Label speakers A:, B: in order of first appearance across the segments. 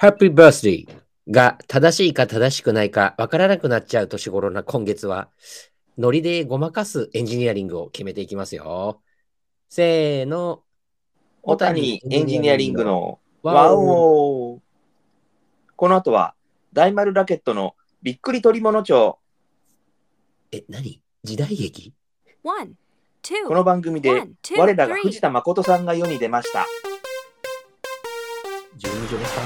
A: Happy Birthday が正しいか正しくないかわからなくなっちゃう年頃な今月は、ノリでごまかすエンジニアリングを決めていきますよ。せーの、
B: 小谷エンジニアリングのワンオーこの後は大丸ラケットのびっくり取り物帳
A: え、何時代劇
C: One, two,
B: この番組で
C: one, two,
B: 我らが
C: three.
B: 藤田誠さんが世に出ました
A: 順序さ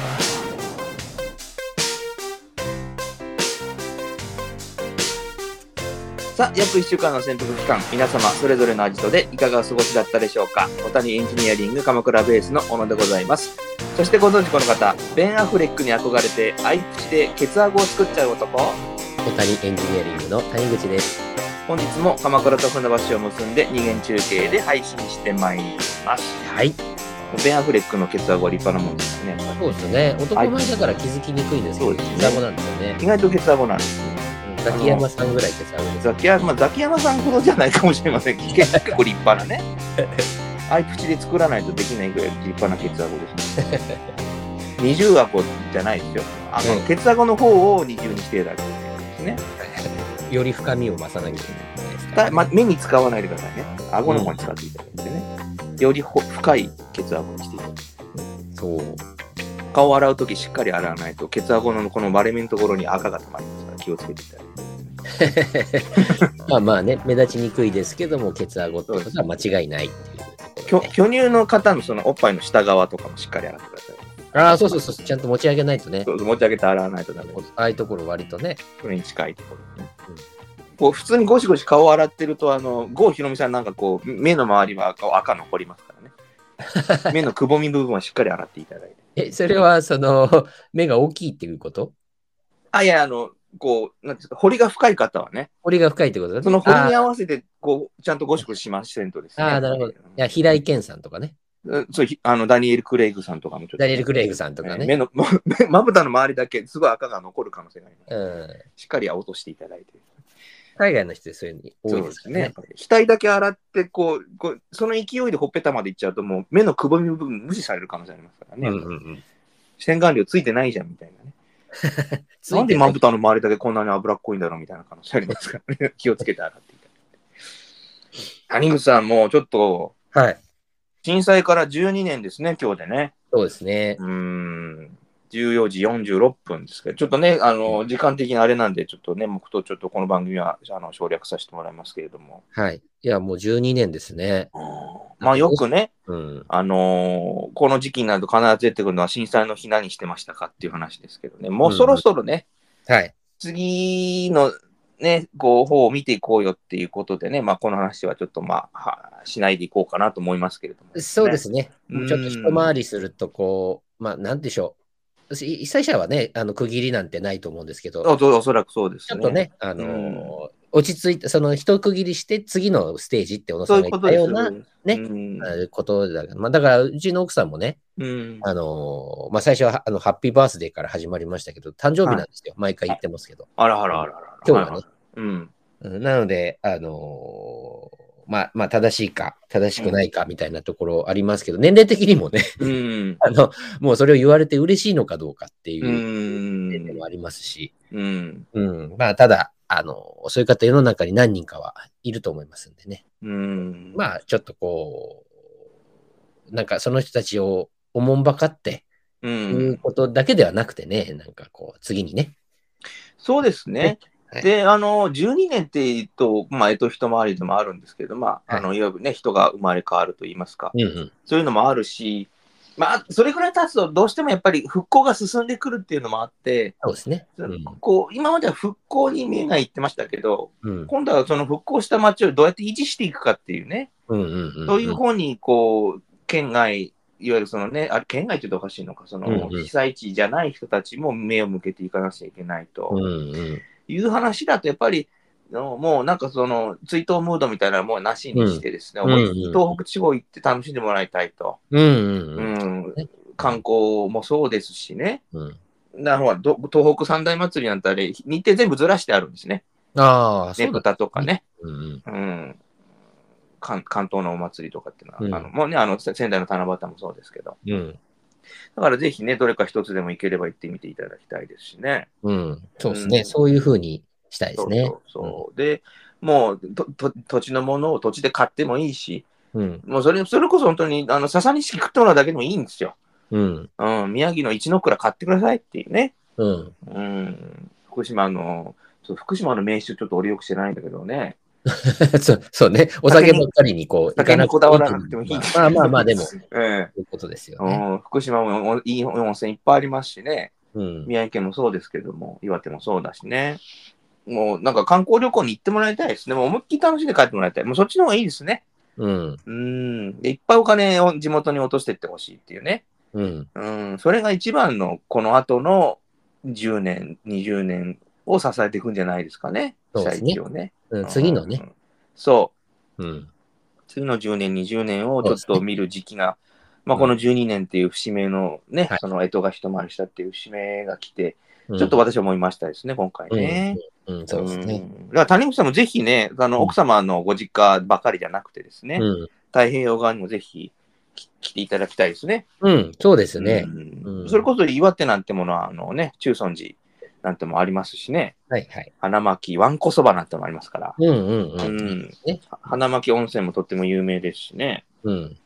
B: さあ約1週間の潜伏期間皆様それぞれのアジトでいかがお過ごしだったでしょうか小谷エンジニアリング鎌倉ベースの小野でございますそしてご存知この方ベン・アフレックに憧れて相口でケツアゴを作っちゃう男
A: 小谷エンジニアリングの谷口です。
B: 本日も鎌倉と船橋を結んで二元中継で配信してまいります
A: はい。
B: ベン・アフレックのケツアゴは立派なもんですねやっぱり
A: そうですね。男前だから気づきにくいんですけ
B: そう
A: ど、
B: ですね
A: ザコなんですよね。
B: 意外とケツアゴなんです。
A: ザキヤマさんぐらいってさ、
B: ザキヤ、まあ、ザキヤマさんほどじゃないかもしれません。結結構立派なね。アイプチで作らないとできないぐらい立派なケツアゴです、ね。二重アゴじゃないですよ。あの、
A: うん
B: ケツアゴの方を二重にしていただくということですね。
A: より深みを増さなきゃいけないですから
B: たま、目に使わないでくださいね。顎の方に使っていただいてね。よりほ深いケツアゴにしていただく。
A: そう。
B: 顔を洗うときしっかり洗わないと、ケツアゴのこの割れ目のところに赤が溜まりますから気をつけていただいて。
A: まあまあね、目立ちにくいですけども、ケツアゴってことは間違いないっていうとこ
B: 巨
A: ろで
B: 巨乳の方のそのおっぱいの下側とかもしっかり洗ってください。
A: ああ、そうそうそう、ちゃんと持ち上げないとね、
B: そう持ち上げて洗わないとダメです。
A: ああいうところ割とね、
B: これに近いところね
A: うん。
B: こう普通にゴシゴシ顔を洗ってると、あの、郷ひろみさんなんかこう、目の周りは赤赤残りますから ね。目のくぼみ部分はしっかり洗っていただいて。
A: え、それはその、目が大きいっていうこと
B: あ、いや、あの、こう、なんていうんですか、彫りが深い方はね、
A: 彫りが深いってことだね。
B: その彫りに
A: あ
B: 合わせて、こう、ちゃんとゴシゴシしませんとですね。
A: あーなるほどいや平井堅さんとかね、
B: うんそう、ひあの、ダニエル・クレイグさんとかもちょっと、
A: ダニエル・クレイグさんとか
B: えー
A: ね。
B: 目の、目まぶたの周りだけ、すごい赤が残る可能性があります。
A: うん、
B: しっかり落としていただいて。
A: 海外の人でそういうの多
B: そう
A: い
B: で
A: ですす
B: ね。やっ
A: ね。
B: ぱり額だけ洗ってこう、こう、その勢いでほっぺたまでいっちゃうと、もう目のくぼみ部分無視される可能性ありますから
A: うん
B: ね。
A: うんうん。
B: 洗顔料ついてないじゃんみたいなね。
A: つ
B: なん
A: いて
B: で
A: な
B: ま
A: い
B: ぶたの周りだけこんなに脂っこいんだろうみたいな可能性ありますから ね。気をつけて洗っていただいて。谷口さん、もうちょっと、
A: はい。
B: 震災から12年ですね、今日でね。
A: そうですね
B: う。ーん。14時46分ですけど、ちょっとね、あの、時間的にあれなんで、ちょっとね、僕とちょっとこの番組は、あの、省略させてもらいますけれども。
A: はい。いや、もう12年ですね。
B: まあ、よくね、
A: うん。
B: あのーこの時期になると必ず出てくるのは震災の日何してましたかっていう話ですけどね、もうそろそろね、
A: はい。
B: 次のね、こう、方を見ていこうよっていうことでね、まあ、この話はちょっとまあ、はしないでいこうかなと思いますけれども、
A: そうですね。
B: うん
A: ちょっと一回りすると、こう、まあ、なんでしょう。い被災者はね、あの区切りなんてないと思うんですけ
B: お
A: ど、
B: おおそらくそうです
A: ちょ
B: ね。
A: っとね、あのー落ち着いて、その一区切りして、次のステージって小野
B: そ
A: さ
B: うんい
A: が
B: う
A: 言っ
B: こと
A: たよう
B: ですよ
A: な、ね
B: うん
A: あのことだから、まあ、だから、うちの奥さんもね、
B: うん
A: あのーまあ、最初はあのハッピーバースデーから始まりましたけど、誕生日なんですよ、毎回言ってますけど。
B: あらあらあらあら。
A: 今日はね
B: うん。
A: うんなので、あのーまあ、まあ、正しいか、正しくないかみたいなところありますけど、年齢的にもね、
B: うん。
A: あの、もうそれを言われて嬉しいのかどうかっていうう面で
B: ん
A: も。ありますし、
B: うん。
A: うん、まあ、ただ、あの、そういう方世の中に何人かはいると思いますんでね。
B: うん。あ、
A: まあ、ちょっとこう、なんかその人たちをおもんばかって
B: う。
A: いううんことだけではなくてね、なんかこう、次にね。
B: そうですね。
A: はい
B: で、あの、12年って言うと、まあ、えと一回りでもあるんですけど、まあ、
A: はい
B: あの、いわゆるね、人が生まれ変わると言いますか、
A: うんうん。
B: そういうのもあるし、まあ、それぐらい経つと、どうしてもやっぱり復興が進んでくるっていうのもあって、
A: そうですね。うん
B: こう、今までは復興に目がいってましたけど、
A: うん。
B: 今度はその復興した街をどうやって維持していくかっていうね、
A: うんうんうん。
B: そういう方に、こう、県外、いわゆるそのね、あれ、県外って言うとおかしいのか、その、
A: うんうん
B: 被災地じゃない人たちも目を向けていかなきゃいけないと。
A: うんうん。
B: いう話だと、やっぱり、あのもうなんかその追悼ムードみたいなのもうなしにしてですね、
A: うん
B: 思いっ
A: うん
B: きり
A: うん
B: 東北地方行って楽しんでもらいたいと、
A: うん
B: う
A: うん
B: ん
A: ね
B: 観光もそうですしね、
A: うん。
B: なるほどど東北三大祭りなんてあれ、日程全部ずらしてあるんですね、
A: ああ、そ
B: ね
A: う
B: ぶ
A: だ。
B: たとかね、
A: うんうん。
B: うん関、関東のお祭りとかっていうのは、
A: うん
B: あのもうね、あのせ仙台の七夕もそうですけど、
A: うん。
B: だからぜひね、どれか一つでもいければ行ってみていただきたいですしね。
A: うん。そうですね。
B: うん
A: そういうふうにしたいですね。
B: そうそうそうで、もうとと土地のものを土地で買ってもいいし、
A: うん。
B: もうそれそれこそ本当にあの笹錦食ったのだけでもいいんですよ。
A: うん。
B: うん、宮城の一の蔵買ってくださいっていうね。
A: うん。
B: うん、福島の、そう福島の名酒ちょっと俺よく知らないんだけどね。
A: そうそうね。お酒ばっかりにこう、
B: 酒にこだわらなくてもいい。
A: まあまあまあ、でも、そ
B: え
A: ういうことです
B: え
A: よね。
B: うん、福島もいい温泉いっぱいありますしね。
A: うん。
B: 宮城県もそうですけども、岩手もそうだしね。もうなんか観光旅行に行ってもらいたいですね。もう思いっきり楽しんで帰ってもらいたい。もうそっちの方がいいですね。
A: うん。
B: うん。でいっぱいお金を地元に落としていってほしいっていうね。
A: うん。
B: うん。それが一番のこの後の10年、20年を支えていくんじゃないですかね。
A: そうですね
B: をね。
A: うん次のね
B: う。ん。そう。
A: うん。
B: 次の10年、20年をちょっ
A: そうです
B: と見る時期が、まあ、この12年っていう節目のね、
A: はい
B: その干支が一回りしたっていう節目が来て、
A: うん
B: ちょっと私は思いましたですね、今回ね。
A: うん。うん。そうですね。
B: んだから谷口さんもぜひね、あ
A: うん
B: の奥様のご実家ばかりじゃなくてですね、
A: うん。
B: 太平洋側にもぜひき来ていただきたいですね。
A: うん。そうですね。
B: うん
A: うん
B: それこそ岩手なんてものは、あのね、中尊寺なんてもありますしね、
A: はいはい。
B: 花巻わんこそばなんてもありますから、
A: うんうんう。
B: うんん
A: ね
B: 花巻温泉もとっても有名ですしね。
A: うん。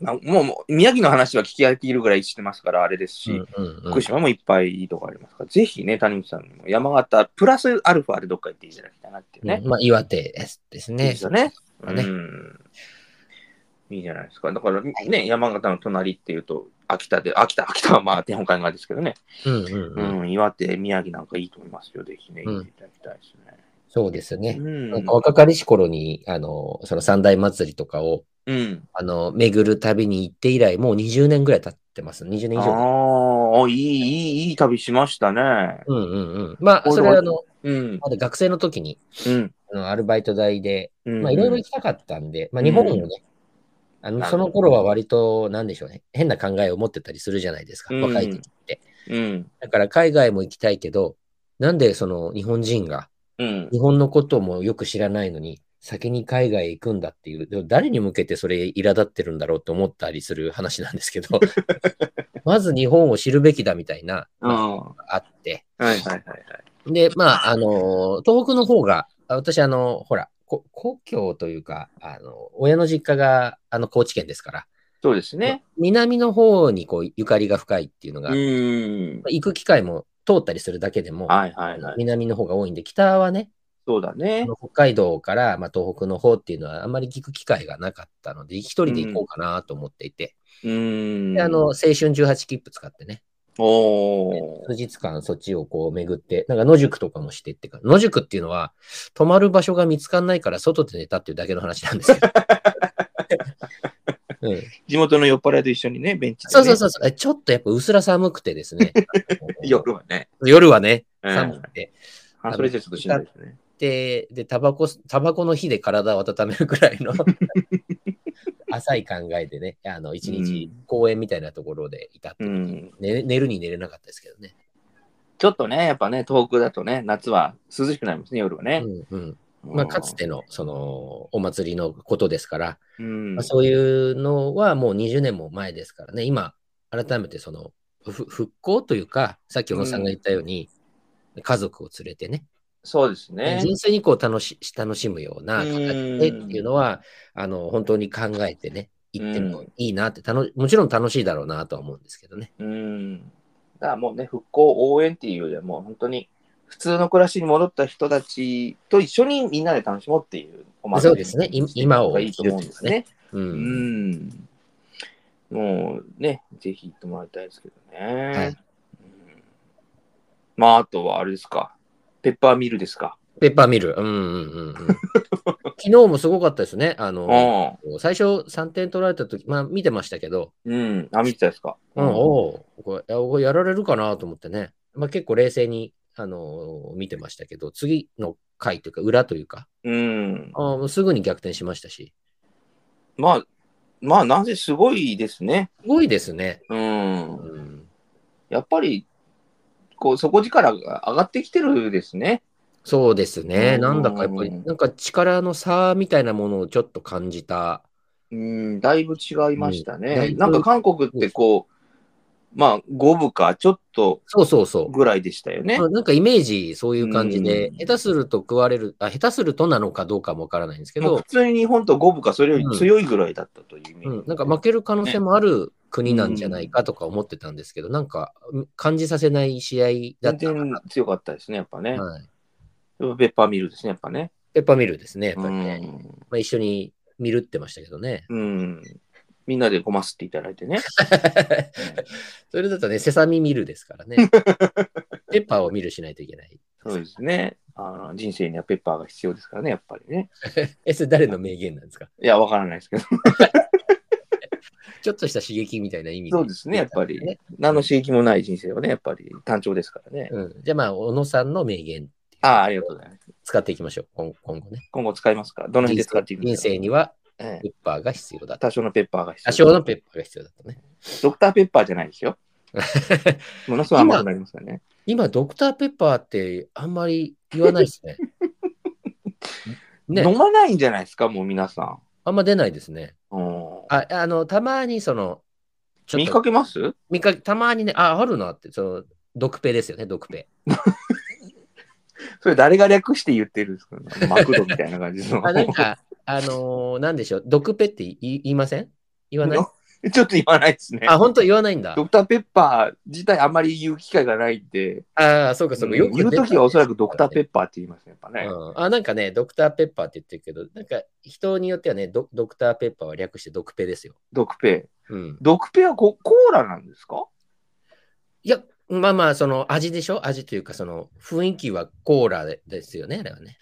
B: まあ、もうもう宮城の話は聞き上げているぐらいしてますから、あれですし、
A: うんうんうん
B: 福島もいっぱいいいとこありますから、ぜひね、谷口さんにも山形、プラスアルファでどっか行っていただきたいなっていうね。
A: まあ、岩手ですです
B: いい
A: ね。
B: ですよね。
A: そうですね
B: うんいいじゃないですか。だからね、山形の隣っていうと、秋田で、秋田、秋田はまあ、日本海側ですけどね、
A: うんうん
B: う
A: うん。
B: ん、岩手、宮城なんかいいと思いますよ。ぜひね、
A: うん
B: 行っていただきたいですね。
A: そうですね。
B: うん。
A: なんか若かりし頃に、あの、その三大祭りとかを、
B: うん。
A: あの、巡る旅に行って以来、もう20年ぐらい経ってます。20年以上。
B: あーあ、いい、いい、いい旅しましたね。
A: うんうんうん。まあ、
B: 俺
A: それはあの、
B: うん。
A: まだ学生の時に、
B: うん。
A: あのアルバイト代で、
B: うん
A: まあ、いろいろ行きたかったんで、まあ、日本をね、あ
B: な
A: の
B: る
A: そ
B: ほど
A: の頃は割と、なんでしょうね、変な考えを持ってたりするじゃないですか、
B: うん
A: 若い時って。
B: うん。
A: だから、海外も行きたいけど、なんでその日本人が、
B: うん。
A: 日本のこともよく知らないのに、先に海外へ行くんだっていう、でも誰に向けてそれ苛立ってるんだろうと思ったりする話なんですけ ど、まず日本を知るべきだみたいな、
B: うん。
A: ま
B: は
A: あ、あって、
B: いはいはいはい。
A: で、まあ、あの、東北の方が、あ私、あの、ほら、こ故郷というか、あの、親の実家が、あの、高知県ですから、
B: そうですね。
A: 南の方に、こう、ゆかりが深いっていうの
B: う
A: が、
B: ん。
A: 行く機会も通ったりするだけでも、
B: はいはいはい。
A: 南の方が多いんで、北はね、
B: そうだ
A: あ
B: ね。
A: の北海道から、まあ、東北の方っていうのは、あんまり聞く機会がなかったので、一人で行こうかなと思っていて、
B: うん
A: で。あの、青春18切符使ってね、
B: おー
A: 数日間そっちをこう巡って、なんか野宿とかもしてってか、野宿っていうのは、泊まる場所が見つかんないから外で寝たっていうだけの話なんですけ ど。うん、
B: 地元の酔っ払いと一緒にね、ベンチで
A: そ
B: ね。
A: うそうそうそう、えちょっとやっぱうすら寒くてですね。
B: 夜はね。
A: 夜はね、
B: うん
A: 寒くて。
B: 半袖じゃちょっとしんどいですね。
A: で、で、タバコ、タバコの火で体を温めるくらい の浅い考えでね、あの、一日
B: うん
A: 公園みたいなところでいたって、
B: うん。
A: 寝寝るに寝れなかったですけどね。
B: ちょっとね、やっぱね、東北だとね、夏は涼しくなりますね、夜はね。
A: うんうんまあ、かつてのそのお祭りのことですから、
B: うん。
A: まあ、そういうのはもう20年も前ですからね、今、改めてそのふ復興というか、さっき小野さんが言ったように、家族を連れてね、
B: そうですね。
A: 純粋にこう楽し楽しむような形でっていうのは、あの本当に考えてね、行ってもいいなって、楽もちろん楽しいだろうなとは思うんですけどね。
B: うん。だからもうね、復興応援っていうよりはもう本当に、普通の暮らしに戻った人たちと一緒にみんなで楽しもうっていうお祭り
A: そうですねい今を
B: いいと思うんですね。
A: う
B: うんん。もうね、ぜひ行ってもらいたいですけどね。
A: はい
B: うんまあ、あとはあれですか。ペッパーミルですか。
A: ペッパーミル、うんうん うんうん、昨日もすごかったですね。あの
B: う
A: 最初3点取られた時まあ見てましたけど、
B: ん。うん。あ、見てたですか。
A: うん、おうこれやこれやられるかなと思ってね、まあ、結構冷静に、あのー見てましたけど、次の回というか、裏というか、
B: うん。
A: あーもうすぐに逆転しましたし、
B: まあ、まあ、なぜすごいですね。
A: すごいですね。
B: うん。
A: うん、
B: やっぱり、こう、底力が上がってきてるですね。
A: そうですね、
B: うん
A: なんだかやっぱり、なんか力の差みたいなものをちょっと感じた。
B: うん。だいぶ違いました
A: うんだい
B: ね。
A: ぶ
B: なんか韓国ってこう、まあ、5部か、ちょっと
A: そうそうそう。
B: ぐらいでしたよね。
A: まあなんかイメージ、そういう感じで
B: う、ん
A: 下手すると食われる、あ、下手するとなのかどうかもわからないんですけ
B: もう
A: ど
B: 普、通に日本と5部か、それより強いぐらいだったという意味。
A: うん、なんか負ける可能性もある国なんじゃないかとか思ってたんですけど、なんかうん感じさせない試合だっ
B: 全
A: たか
B: 然
A: な。
B: 強かったですね、やっぱね。
A: はい、
B: ペッパーミルですね、やっぱね。
A: ペッパーミルですね、やっぱ
B: う
A: りね。
B: ん
A: まあ、一緒に見るってましたけど ね。
B: うん。みんなでごますっていただいて ね。
A: それだとね、セサミ見るですから ね。ペッパーを見るしないといけない。
B: そうですね。あの人生にはペッパーが必要ですからね、やっぱりね。
A: え、それ誰の名言なんですか
B: いや、わからないですけど。
A: ちょっとした刺激みたいな意味
B: そうですね、やっぱり。何の刺激もない人生はね、やっぱり単調ですからね。
A: うん、じゃあまあ、小野さんの名言
B: ああ、ありがとうございます。
A: 使っていきましょう、今今後ね。
B: 今後使いますかどの辺で使っていくんで
A: 人
B: すか
A: 生には
B: ええ
A: ペッパーが必要だと。
B: 多少のペッパーが必要。
A: 多少のペッパーが必要だとね。
B: ドクターペッパーじゃないですよ。 ものすごい甘くなりますからね。
A: 今、ドクターペッパーってあんまり言わないです ね。ね、
B: 飲まないんじゃないですか、もう皆さん。
A: あんま出ないですね。
B: うん
A: あ、あの、たまにその、ちょっ
B: 見
A: と
B: かけます
A: 見かけ、たまにね、あ、あるなって、その、毒ペですよね、毒ペ。
B: それ誰が略して言ってるんですか、ね、マクドみたいな感じの。
A: あ、なん か、あのーなんでしょう、毒ペって言い言いません言わない
B: ちょっと言わないですね。
A: あ、本当言わないんだ
B: ド。クターペッパー自体あんまり言う機会がないんで、
A: ああ、そうか、そうか。よく
B: 言うときはおそらくドクターペ
A: ッ
B: ッパーって言いますね、やっぱね。
A: うん、あなんかね、ドクターペッパーって言ってるけど、なんか人によってはね、ドドクターペッパーは略してドクペですよ。
B: ドクペ。
A: うん、
B: ドクペはココーラなんですか
A: いや、まあまあ、その味でしょ味というか、その雰囲気はコーラでですよね、あれはね。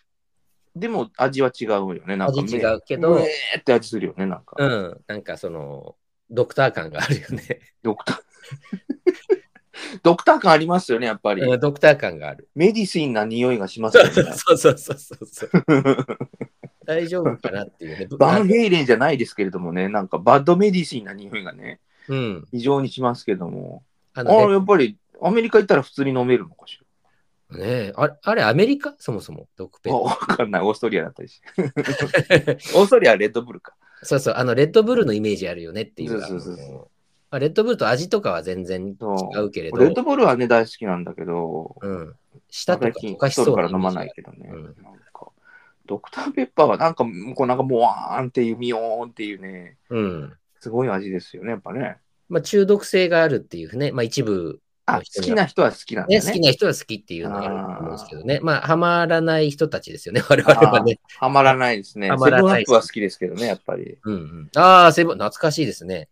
B: でも味は違うよね、なんか。
A: 味違うけど
B: うえーって味するよね、なんか。
A: うん、なんかその、ドクター感があるよね。
B: ドクター。 ドクター感ありますよね、やっぱり。
A: うんドクター感がある。
B: メディシンな匂いがしますよね。
A: そうそうそうそうそう。 大丈夫かなっていうね。
B: バンヘイレンじゃないですけれどもね、なんかバッドメディシンな匂いがね、
A: うん。
B: 非常にしますけども。
A: あ
B: あ
A: のね
B: やっぱりアメリカ行ったら普通に飲めるのかし
A: ねえあれ、あれアメリカそもそも、ドクペ
B: ら。 あ。わかんない、オーストリアだったりして。 オーストリアはレッドブルか。
A: そうそう、あの、レッドブルのイメージあるよねっていう。
B: そうそうそう
A: あのまあレッドブルと味とかは全然違うけれど、
B: レッドブルはね、大好きなんだけど、
A: うん。舌とか
B: 最
A: 溶
B: 近
A: かしそう
B: から
A: イメージ
B: 飲まない。けどね。
A: うん
B: なんか、ドクターペッパーはなんか、こうなんか、もわーんっていう、みよーんっていうね、
A: うん。
B: すごい味ですよね、やっぱね。
A: まあ、中毒性があるっていうね、まあ、一部、
B: あ、好きな人は好きなんだ
A: ね
B: ね。
A: 好きな人は好きっていうのがあると思うんですけどね。まあ、ハマらない人たちですよね、 我々はね。
B: はまらないですね。セ
A: は
B: ブ
A: ま
B: ンア
A: らない
B: ップは好きですけどね、やっぱり。
A: うんうん、ああ、セブン、懐かしいです ね。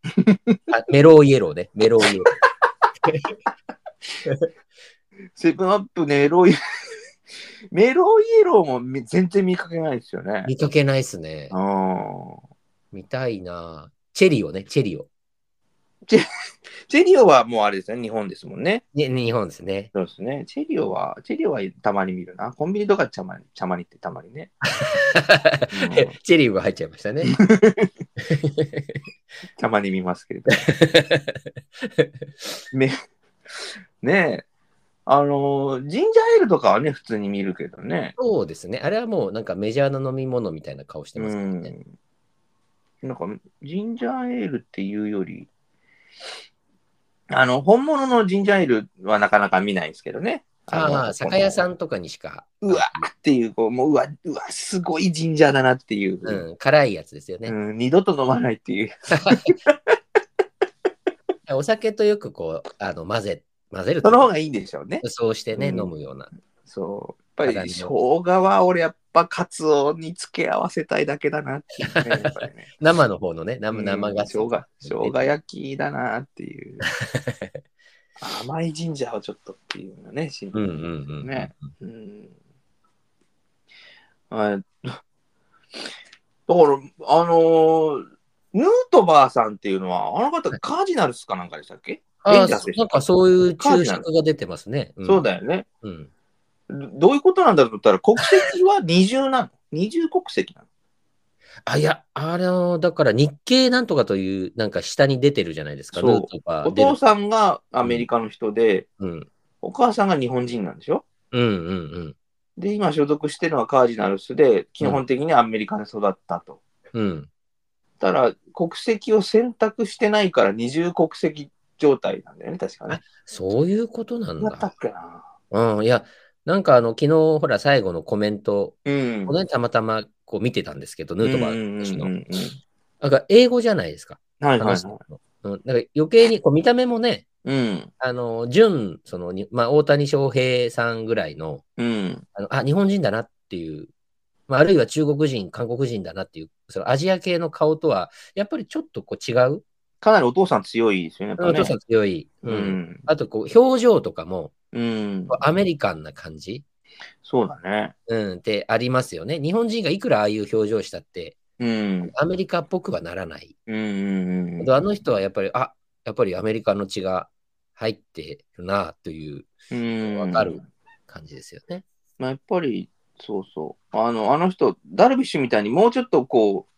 A: あメローイエローね、メローイエロー。
B: セブンアップね、ロイ、 メロイエローもみ全然見かけないですよね。
A: 見かけないっすね
B: う。ん。
A: 見たいなチェリオね、チェリオ。
B: チェリオはもうあれですね、日本ですもんね。
A: ね、日本ですね。
B: そうですね。チェリオは、チェリオはたまに見るな。コンビニとかたまに、たまにってたまに ね。うん
A: チェリーが入っちゃいましたね。
B: たまに見ますけれど。 ねえ。あのー、ジンジャーエールとかはね、普通に見るけどね。
A: そうですね。あれはもうなんかメジャーな飲み物みたいな顔して
B: う
A: ますけど
B: ん
A: ね。。
B: なんか、ジンジャーエールっていうより、あの、本物のジンジャーエールはなかなか見ないですけどね。の
A: ああ、酒屋さん
B: っ
A: とかにしか。
B: うわていう、こう、もう、うわ、うわ、すごいジンジャーだなっていう。
A: うん、辛いやつですよね。
B: うん、二度と飲まないっていう。
A: お酒とよくこう、あの混ぜ、混ぜる
B: そ
A: と
B: の方がいいんでしょうね。
A: そうしてね、
B: うん
A: 飲むような。
B: そう。やっぱ
A: 辛い
B: り、
A: の
B: 生姜は俺やっぱカツオに付け合わせたいだけだなっていう ね。やっぱりね
A: 生の方のね、生
B: 生
A: 生が、
B: 生姜、生姜焼きだなって いう。甘いジンジャーをちょっとっていうのね、シンプ
A: うん
B: ル
A: うん
B: に
A: うん。
B: ね。うん。あだから、あのーヌートバーさんっていうのは、あの方、カージナルスかなんかでしたっけ、
A: あ
B: エン
A: あ、
B: ジェル
A: そ
B: スでした
A: なんかそういう注釈が出てますね。
B: そう
A: よ。
B: だよね。
A: うん
B: どどういうことなんだと思ったら、国籍は二重なの。二重国籍なの。
A: あ、いや、あの、だから日系なんとかという、なんか下に出てるじゃないですか、
B: そう
A: ヌートバ
B: お
A: ー出る
B: 父さんがアメリカの人で、
A: うん
B: お母さんが日本人なんでしょ
A: うんうんうん。
B: で、今所属してるのはカージナルスで、基本的にアメリカで育ったと。
A: うん。
B: ただ、国籍を選択してないから二重国籍状態なんだよね、確かね。
A: そういうことなん
B: だった
A: だ。
B: っけな。
A: うん、いや、なんかあの、昨日、ほら、最後のコメント、
B: うん。
A: この間たまたまこう見てたんですけど、ヌートバー選手
B: うん
A: の。
B: うんうんうん
A: なんか、英語じゃないですか。
B: はいはい
A: 話して
B: は
A: たのうん、なんか余計にこう見た目もね、
B: い。うん。
A: あの、純、そのに、まあ、大谷翔平さんぐらいの、
B: うん。
A: あのあ、日本人だなっていう、まあ、あるいは中国人、韓国人だなっていう、そのアジア系の顔とは、やっぱりちょっとこう違う。
B: かなりお父さん強いですよね、やっぱ
A: お
B: ね
A: 父さん強い。う。
B: うんん。
A: あと、こう、表情とかも、
B: うん。
A: アメリカンな感じ、
B: そうだね。
A: うん、ってありますよね。日本人がいくらああいう表情したって、
B: うん。
A: アメリカっぽくはならない。
B: うんうんうん
A: あの人はやっぱり、あやっぱりアメリカの血が入ってるなという
B: うん。
A: わかる感じですよね。
B: まあ、やっぱり、そうそう。あの、あの人、ダルビッシュみたいにもうちょっとこう、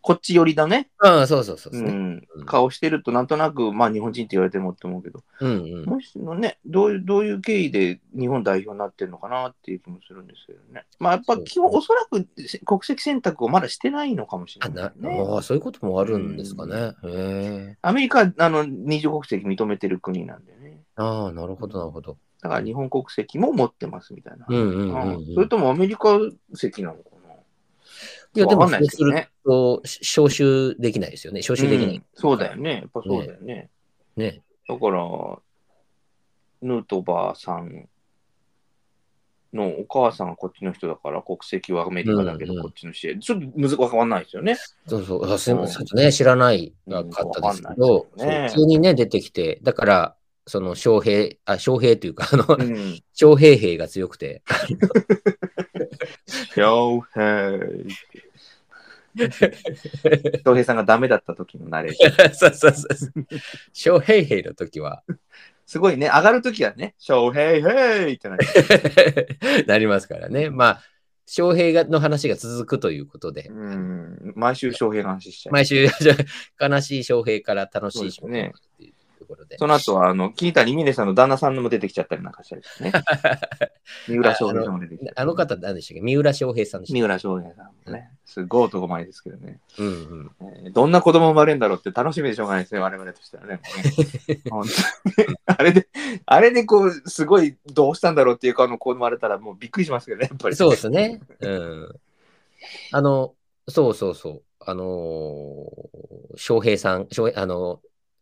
B: こっち寄りだね。
A: うん、そうそうそうそうう、ね
B: ん
A: うん。
B: 顔してるとなんとなく、まあ日本人って言われてもって思うけど、
A: うん。うん
B: もしのね、どういう、どういう経緯で日本代表になってるのかなっていう気もするんですけどね。まあやっぱ基本、
A: そう
B: おそらくせ国籍選択をまだしてないのかもし
A: あ
B: れない
A: な、
B: ね。
A: あそういうこともあるんですかね。へえ。
B: アメリカは、あの、二重国籍認めてる国なんでね。
A: ああ、なるほど、なるほど。
B: だから日本国籍も持ってますみたいな。
A: うんうんうん、うん。
B: うんそれともアメリカ籍なのかない
A: や、で
B: わ
A: も
B: かん
A: そ
B: ないうです
A: す
B: けど
A: る
B: ね
A: と、し招集できないですよね。招集できない。
B: うんそうだよね。やっぱそうだよね。
A: ね。
B: だから、ヌートバーさんのお母さんはこっちの人だから、国籍はアメリカだけど、
A: うんうん
B: こっちの試合、ちょっと難しくわかんないですよね。
A: そうそう、あすいません、ち
B: う
A: ょ
B: ん
A: っとね、知らないがかったですけど、
B: うんわかんないですよね
A: そう急にね、出てきて、だから、その、翔平、あ、翔平というか、あの、
B: うん。
A: 翔平兵が強くて、
B: 翔平。翔平さんがダメだった時のナレーショ ン。
A: そうそうそうそう、翔平兵の時は、
B: すごいね、上がる時はね、翔平へいってなる。
A: なりますからね。まあ、翔平がの話が続くということで
B: う、ん。毎週翔平の話しちゃう。
A: 毎週、じゃあ悲しい翔平から楽しい
B: そ
A: 翔
B: うで
A: 平
B: すね
A: っていうところで。
B: その後は、あの、金谷美玲さんの旦那さんのも出てきちゃったりなんかしたりして ね。三浦翔平さんも出てきちゃった
A: あの方、何でしたっけ三浦翔平さんでし
B: 三
A: たっ
B: 浦翔平さんもね、すごい男前ですけどね、
A: けうんうん。
B: えーどんな子供生まれるんだろうって楽しみでしょうがないですね、我々としてはね。 もうね本当にあれで、あれでこう、すごいどうしたんだろうっていうか、あの子生まれたらもうびっくりしますけどね、やっぱり。
A: そうですね。うん。あの、そうそうそう。あのー翔平さん、翔平あの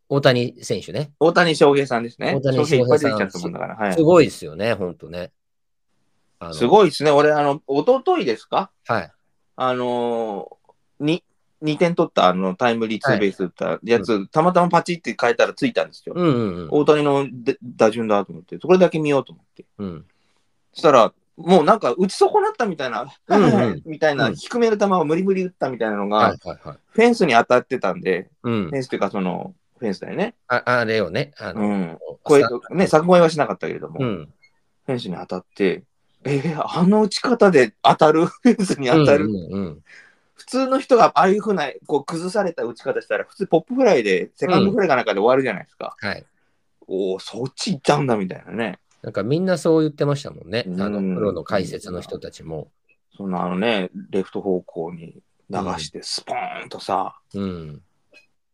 A: 大谷選手ね。
B: 大谷翔平さんですね。
A: 大谷
B: 翔平いっぱい出てきちゃ
A: 翔平さん
B: ったもんだから。は
A: す
B: い、
A: ごいですよね、ほんとね。あの
B: すごいですね。俺、あの、一昨日ですか
A: はい。
B: あのー、に、2点取ったあのタイムリーツーベース打ったやつ、たまたまパチって変えたらついたんですよ。
A: うんうんうん
B: 大谷ので打順だと思って、それだけ見ようと思って。
A: うん。
B: そしたら、もうなんか打ち損なったみたいな、
A: うんうん
B: みたいな、
A: うん
B: 低めの球を無理無理打ったみたいなの
A: は
B: が
A: い、はいはい。
B: フェンスに当たってたんで、
A: うん
B: フェ。ンスというか、その、フェンスだよね。
A: ああれをね、あ
B: う
A: の、
B: ん。声と、ね、作声はしなかったけれども、
A: うん。
B: フェンスに当たって、えーあの打ち方で当たる、 フェンスに当たる。
A: うんうんうん
B: 普通の人がああいうふうな、こう、崩された打ち方したら、普通ポップフライで、セカンドフライかなんかで終わるじゃないですか。
A: はい。
B: おおそっち行ったんだみたいなね。
A: なんかみんなそう言ってましたもんね。あ
B: うん
A: の、プロの解説の人たちも。
B: そのあのね、レフト方向に流して、スポーンとさ、
A: うん。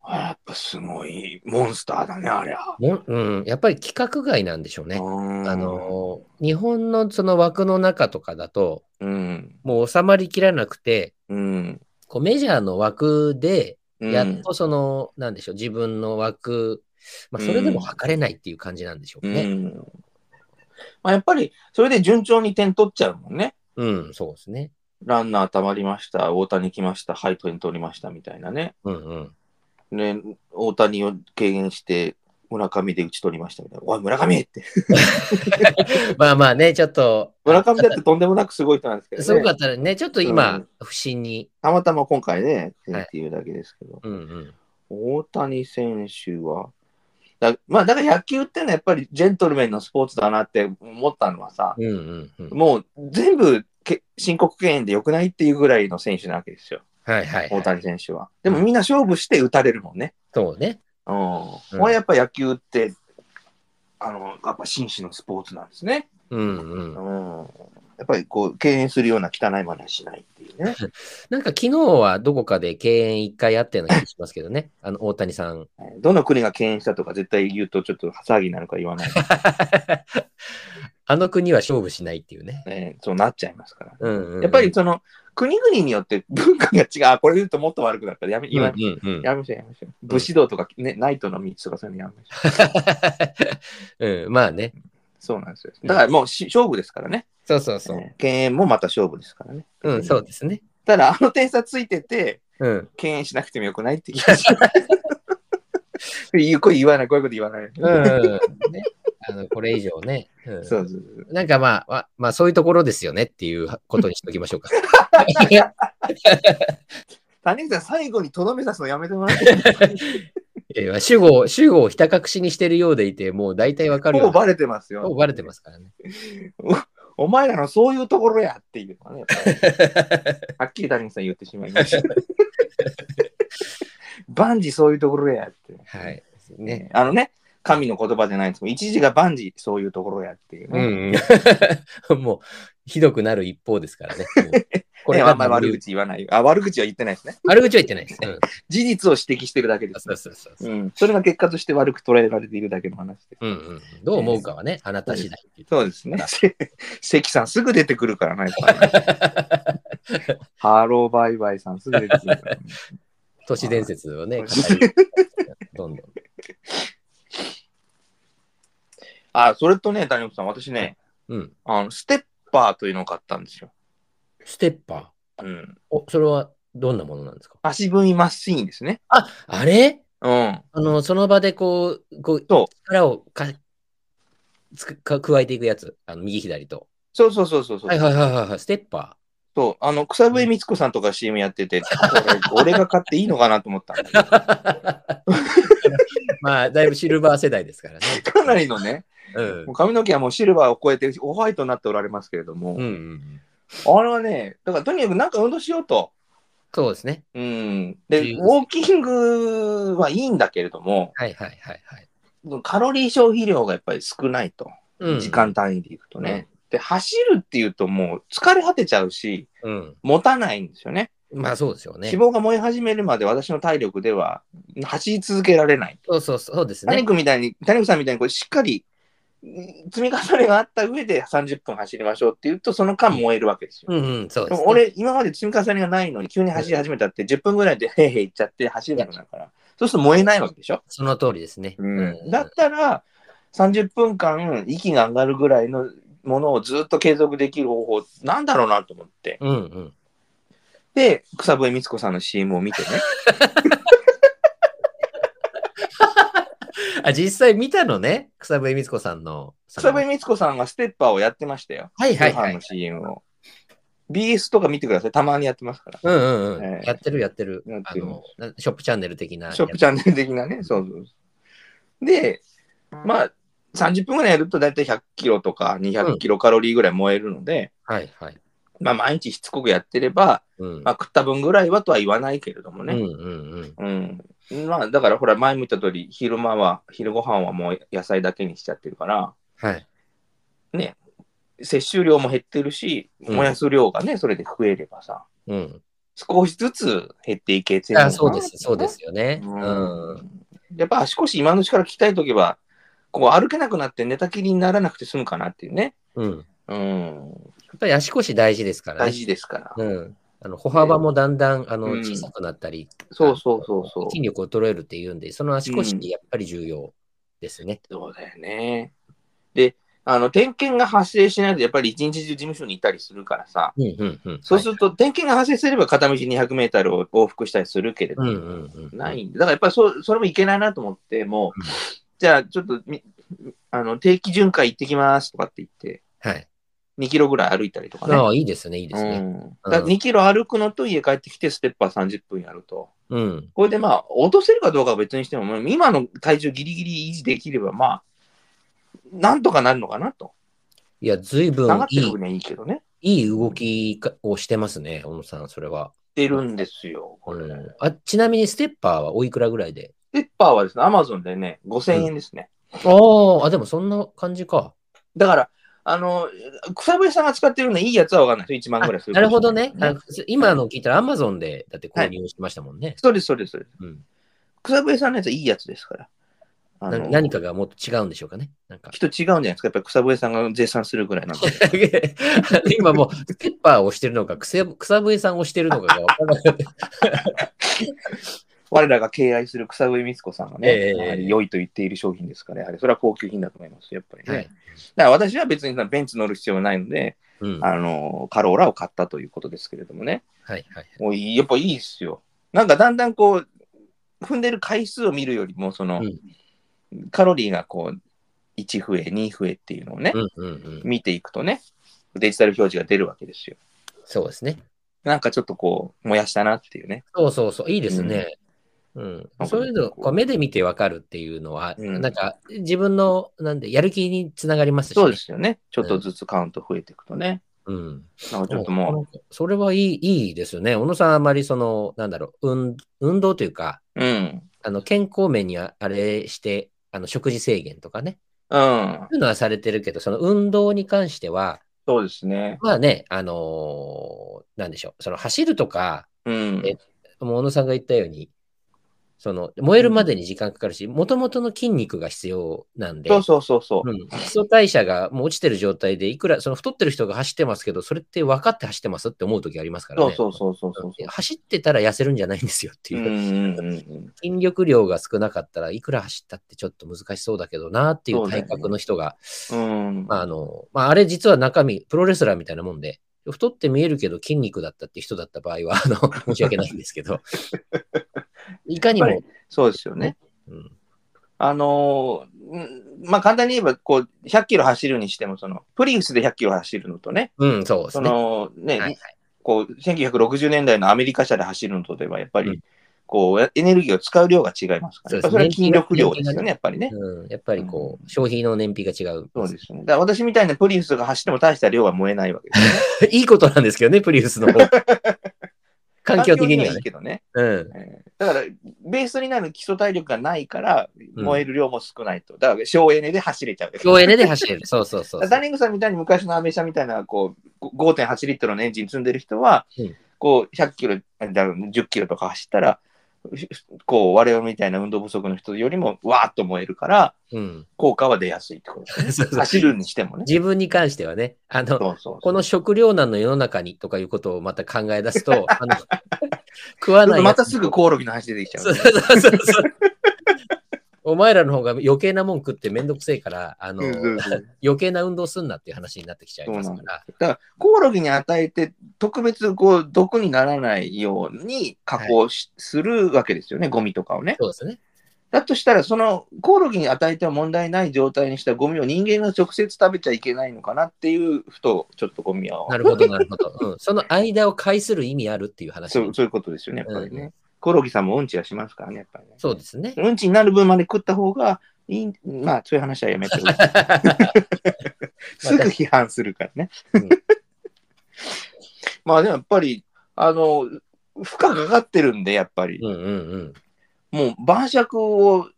B: あやっぱすごいモンスターだね、ありゃ。
A: もんうん。やっぱり規格外なんでしょうね。あ
B: あ
A: の、日本のその枠の中とかだと、
B: うん、
A: もう収まりきらなくて、
B: うん、
A: こうメジャーの枠で、
B: うん
A: やっとその、なんでしょう、自分の枠、まあ、それでも測れないっていう感じなんでしょう
B: う
A: ね。
B: んまあ、やっぱり、それで順調に点取っちゃうもんね。
A: うん、そうですね。
B: ランナー溜まりました、大谷来ました、はい、点取りましたみたいなね。
A: うんうん。
B: ね、大谷を軽減して、村上で打ち取りましたみたいな。おい、村上って。
A: まあまあね、ちょっと、
B: 村上だってとんでもなくすごい人なんですけどね。
A: すごかったらね、ちょっと今、
B: うん
A: 不審に。
B: たまたま今回ね、
A: はい
B: っていうだけですけど。
A: うんうん。
B: 大谷選手は、だまあ、だから野球ってのはやっぱりジェントルメンのスポーツだなって思ったのはさ、
A: うんうんうん。
B: もう全部け申告敬遠でよくないっていうぐらいの選手なわけですよ、
A: はいはい、
B: 大
A: はい。
B: 谷選手は。でもみんな勝負して打たれるもんね。
A: そうね。
B: うん。
A: うん
B: これやっぱ野球って、あの、やっぱ紳士のスポーツなんですね。
A: うんうん
B: う。ん。やっぱりこう、敬遠するような汚い真似はしないってい うね。
A: なんか昨日はどこかで敬遠一回あったような気がしますけどね。 あの、大谷さん。
B: はいどの国が敬遠したとか絶対言うとちょっと騒ぎになるから言わない、
A: あの国は勝負しないっていうね。
B: ね。そうなっちゃいますから。
A: うんうんうん
B: やっぱりその、国々によって文化が違う。あ、これ言うともっと悪くなったらやめ、今、
A: うんうんうん
B: やめましょう、やめましょう。武士道とか、ね、ナイトの道とかそういうのやめましょう。
A: うん、まあね。
B: そうなんですよ。だからもうし勝負ですからね。
A: そうそうそう。
B: えー敬遠もまた勝負ですからね。
A: うん、そうですね。
B: ただ、あの点差ついてて、
A: うん。
B: 敬遠しなくてもよくないって気がし ます。 言うこう言わない、こういうこと言わない。
A: うん。ね、あのこれ以上ね。うん
B: そうそうそう。
A: なんかまあ、まあ、まあ、そういうところですよねっていうことにしときましょうか。
B: 谷口さん、最後にとどめ刺すのやめてもらっていいですか
A: えー主語を、主語をひた隠しにしてるようでいて、もう大体わかるよ
B: も
A: う
B: う
A: な。
B: バレてますよ。
A: もうバレてますからね。
B: お前らのそういうところやっていうの はね、はっきり谷口さん言ってしまいました。万事そういうところやって。
A: はい。ね。
B: ね、あのね、神の言葉じゃないんですけど、一時が万事そういうところやっていう
A: う
B: ね。
A: ん、うん。 もう、ひどくなる一方ですから ね。もうこ
B: こ
A: れ
B: れ
A: が
B: はまあ悪口言わない。あ、悪口は言ってないですね。
A: 悪口は言ってないです。うん、
B: 事実を指摘してるだけです。
A: そうそうそうそう。
B: うん、それが結果として悪く捉えられているだけの話です。
A: うんうん、どう思うかはね、あなた次第っていう
B: そうですね。せ 関さんすぐ出てくるからね。やっぱりね ハローバイバイさんすぐ出てくるからね、
A: 都市伝説をね、語
B: はい
A: り どんどん。
B: あ、それとね、谷本さん、私ね、
A: うん。
B: あのステッパーというのを買ったんですよ。
A: ステッパ
B: うん、
A: ー。お、それはどんなものなんですか
B: 足踏みマシーンですね。
A: あ、あれ
B: うん。
A: あの、その場でこう、こう、
B: そう
A: 力をかつくか加えていくやつ。あの右左と。
B: そうそうそうそうそう。
A: はいはいはいはいはい。ステッパ
B: そう、あの、草笛光子さんとか CM や ってて、これ俺が買っていいのかなと思ったん だけど、
A: ー。まあ、だいぶシルバー世代です からね。
B: かなりのね、
A: うん
B: もう。髪の毛はもうシルバーを超えて、おホワイトになっておられますけれども、
A: うんうん。
B: あれはね、だからとにかくなんか運動しようと。
A: そうですね。
B: うん。で、
A: うん
B: ウォーキングはいいんだけれども、
A: はいはいはいはい。
B: カロリー消費量がやっぱり少ないと、
A: うん、
B: 時間単位でいくとね。で、走るっていうともう疲れ果てちゃうし、
A: うん。
B: 持たないんですよね。
A: まあそうですよね。
B: 脂肪が燃え始めるまで私の体力では走り続けられない。
A: そうそうそうです
B: 谷
A: ね。
B: 君みたいに、谷口さんみたいにこうしっかりうん積み重ねがあった上で30分走りましょうって言うと、その間燃えるわけですよ。
A: うんうん、そう
B: で
A: です、
B: も
A: ね。
B: 俺、今まで積み重ねがないのに、急に走り始めたって、10分ぐらいでへいへい行っちゃって走れなくなるから、そうすると燃えないわけでしょ。
A: その通りですね。
B: だったら、30分間息が上がるぐらいのものをずっと継続できる方法、なんだろうなと思って。
A: うんうん。
B: で、草笛光子さんの CM を 見てね。
A: あ、実際見たのね。草笛光子さんの。
B: 草笛光子さんがステッパーをやってましたよ。
A: はいはいは
B: ご飯の
A: い。
B: CM を。BS とか見てください。たまにやってますから。
A: うんうんうん。
B: ええ
A: やってるやってる
B: やっ
A: あ
B: てる
A: の。なショップチャンネル的なやつ。
B: ショップチャンネル的なね、そうそうそう。で、まあ、30分ぐらいやると大体100キロとか200キロカロリーぐらい燃えるので、
A: はいはい。
B: まあ、毎日しつこくやってれば、
A: うん。
B: まあ、食った分ぐらいはとは言わないけれども
A: うん
B: ね。
A: うん
B: うん。まあ、だからほら、前も言った通り、昼間は、昼ご飯はもう野菜だけにしちゃってるから、
A: うん。はい。
B: 摂取量も減ってるし、
A: うん
B: 燃やす量がね、それで増えればさ、
A: うん。
B: 少しずつ減っていけてるのか
A: あ、
B: な
A: そうです。そうですよね。う。
B: うんんやっぱ足腰今のうちから鍛えとけば、こう歩けなくなって寝たきりにならなくて済むかなっていうね。
A: うん。や
B: うん。
A: っぱり足腰大事ですから
B: 大
A: ね。
B: 事ですか
A: う
B: ら。
A: ん。あの歩幅もだんだんあの
B: うん
A: 小さくなったり、
B: そうそうそうそう。
A: 筋力を衰えるっていうんで、その足腰ってやっぱり重要ですね。
B: そうだよね。で、あの、点検が発生しないと、やっぱり一日中事務所にいたりするからさ。
A: うんうんうん。
B: そうすると、点検が発生すれば片道200メートルを往復したりするけれど
A: はい
B: も、
A: うんうんうん。
B: ないんで、だからやっぱりそそれもいけないなと思って、もう、
A: うん
B: じゃあちょっとみあの定期巡回行ってきますとかって言って、
A: はい。
B: 2キロぐらい歩いたりとかね。
A: ああ、いいですね、いいです
B: う
A: ね。
B: ん、だから2キロ歩くのと家帰ってきてステッパー30分やると。
A: うん。
B: これでまあ、落とせるかどうかは別にしても、まあ今の体重ギリギリ維持できれば、まあ、なんとかなるのかなと。
A: いや、ずいぶ
B: 下が
A: ん
B: って
A: い
B: る分にはいいけどね。
A: い、いい動きかをしてますね、小野さん、それは。
B: 出るんですよ、これ。
A: うんあちなみに、ステッパーはおいくらぐらいで
B: ステッパーはですね、アマゾンでね、5000円ですね。
A: ああ、あ、でもそんな感じか。
B: だから、あの、草笛さんが使ってるのいいやつはわかんないですよ。1万
A: あ
B: ぐらいする。
A: なるほどね。あ
B: うん
A: の今の聞いたら Amazon でだって購入してましたもんね。
B: そうです、そうです、そうです。
A: うん
B: 草笛さんのやつはいいやつですから。あ
A: な
B: の
A: 何かがもっと違うんでしょうかね。なんか
B: きっと違うんじゃないですか。やっぱり草笛さんが絶賛するぐらいなんで。
A: 今もう、ペッパーを押してるのか、くせ草笛さんを押してるのかが分からなくて、
B: 我らが敬愛する草笛光子さんがね、
A: ええ
B: やはり良いと言っている商品ですから、やはりそれは高級品だと思います。やっぱりね。
A: はい
B: だから私は別にそのベンツ乗る必要はないので、
A: うん。はい
B: あの、カローラを買ったということですけれどもね。
A: はい。
B: もういいやっぱいいですよ。なんかだんだんこう、踏んでる回数を見るよりも、その、カロリーがこう、1増え、2増えっていうのをね、
A: うんうんうん。
B: 見ていくとね、デジタル表示が出るわけですよ。
A: そうですね。
B: なんかちょっとこう、燃やしたなっていうね。
A: そうそうそう。いいですね。うん。
B: なんか
A: そういうの、こう目で見て分かるっていうのは、
B: うん
A: なんか、自分の、なんで、やる気につながりますし、ね。
B: そうで。すよね。ちょっとずつカウント増えていくとね。
A: うん。
B: なんかちょっとも
A: う。それはいい、いいですよね。小野さん、あまりその、なんだろう、運運動というか、
B: う、うん。
A: あの健康面にああれして、あの食事制限とかね、
B: うん。
A: そういうのはされてるけど、その運動に関しては、
B: そうですね。
A: まあね、あのーなんでしょう、その走るとか、
B: うん。
A: えもう小野さんが言ったように、その燃えるまでに時間かかるし、もともとの筋肉が必要なんで、
B: そうそうそうそう。
A: うん基礎代謝がもう落ちてる状態で、いくらその太ってる人が走ってますけど、それって分かって走ってますって思う時ありますから
B: そ
A: ね。
B: うそうそうそうそう。
A: 走ってたら痩せるんじゃないんですよって
B: う
A: い
B: ん
A: う。
B: うんうんうん。
A: 筋力量が少なかったらいくら走ったってちょっと難しそうだけどなってい
B: そううだよ
A: 体
B: ね
A: 格の人が、
B: うん
A: まああのまあ、あれ実は中身プロレスラーみたいなもんで太って見えるけど筋肉だったって人だった場合はあの申し訳ないんですけどいかに
B: やっ
A: も、
B: そうですよね。
A: うん
B: あのーうんまあ簡単に言えば、こう、100キロ走るにしても、その、プリウスで100キロ走るのとね、
A: うん、そうです
B: そ
A: ね。は
B: の、ね、
A: いはい、
B: こう、1960年代のアメリカ車で走るのとでは、やっぱり、
A: うん
B: こう、エネルギーを使う量が違いますから、
A: そう
B: や
A: です
B: っぱ
A: ね
B: それは筋力量で
A: 燃費
B: すよ
A: がね
B: ね、やっぱりね。
A: うん、やっぱりこう消費の燃費が違う
B: そうですよね。だから私みたいなプリウスが走っても大した量は燃えないわけですよね。
A: いいことなんですけどねプリウスの方 環境的には
B: 環い
A: ね
B: い。けどね。
A: うん
B: えーだから、ベースになる基礎体力がないから、
A: うん
B: 燃える量も少ないと。だから、省エネで走れちゃう。
A: 省エネで走れる。そうそう そうそう。
B: ダニングさんみたいに昔のアメ車みたいなこうご5.8リットルのエンジン積んでる人は、
A: うん
B: こう100キロ、あだ10キロとか走ったら、ふこう我々みたいな運動不足の人よりもわーっと燃えるから、
A: うん、
B: 効果は出やすいってことですね
A: そうそう
B: 走るにしてもね。
A: 自分に関してはね、あの、
B: そうそう
A: この食糧難の世の中にとかいうことをまた考え出すと、あの食わないやつ。
B: またすぐコオロギの話出てきちゃ
A: そう
B: う。
A: そうそうそう。お前らの方が余計なもん食ってめんどくせえから、あの、
B: うんうんうんだか
A: 余計な運動すんなっていう話になってきちゃいますから。
B: らコオロギに与えて特別こう毒にならないように加工し、するわけですよね、ゴミとかをね。
A: そうですね。
B: だとしたら、そのコオロギに与えては問題ない状態にしたゴミを人間が直接食べちゃいけないのかなっていう、ふとちょっとゴミは
A: なる ほど、なるほど。うん。その間を介する意味あるっていう話。
B: そう。そういうことですよね、やっぱりね。
A: う
B: コオロギさんもうんちはしますからね、やっぱりね。
A: そうです ね。
B: うんちになる分まで食った方がいい、 まあそういう話はやめてくださいすぐ批判するからね。
A: うん
B: まあでもやっぱり、あの、負荷がかかってるんで、やっぱり。
A: うんうんうん。
B: もう晩酌を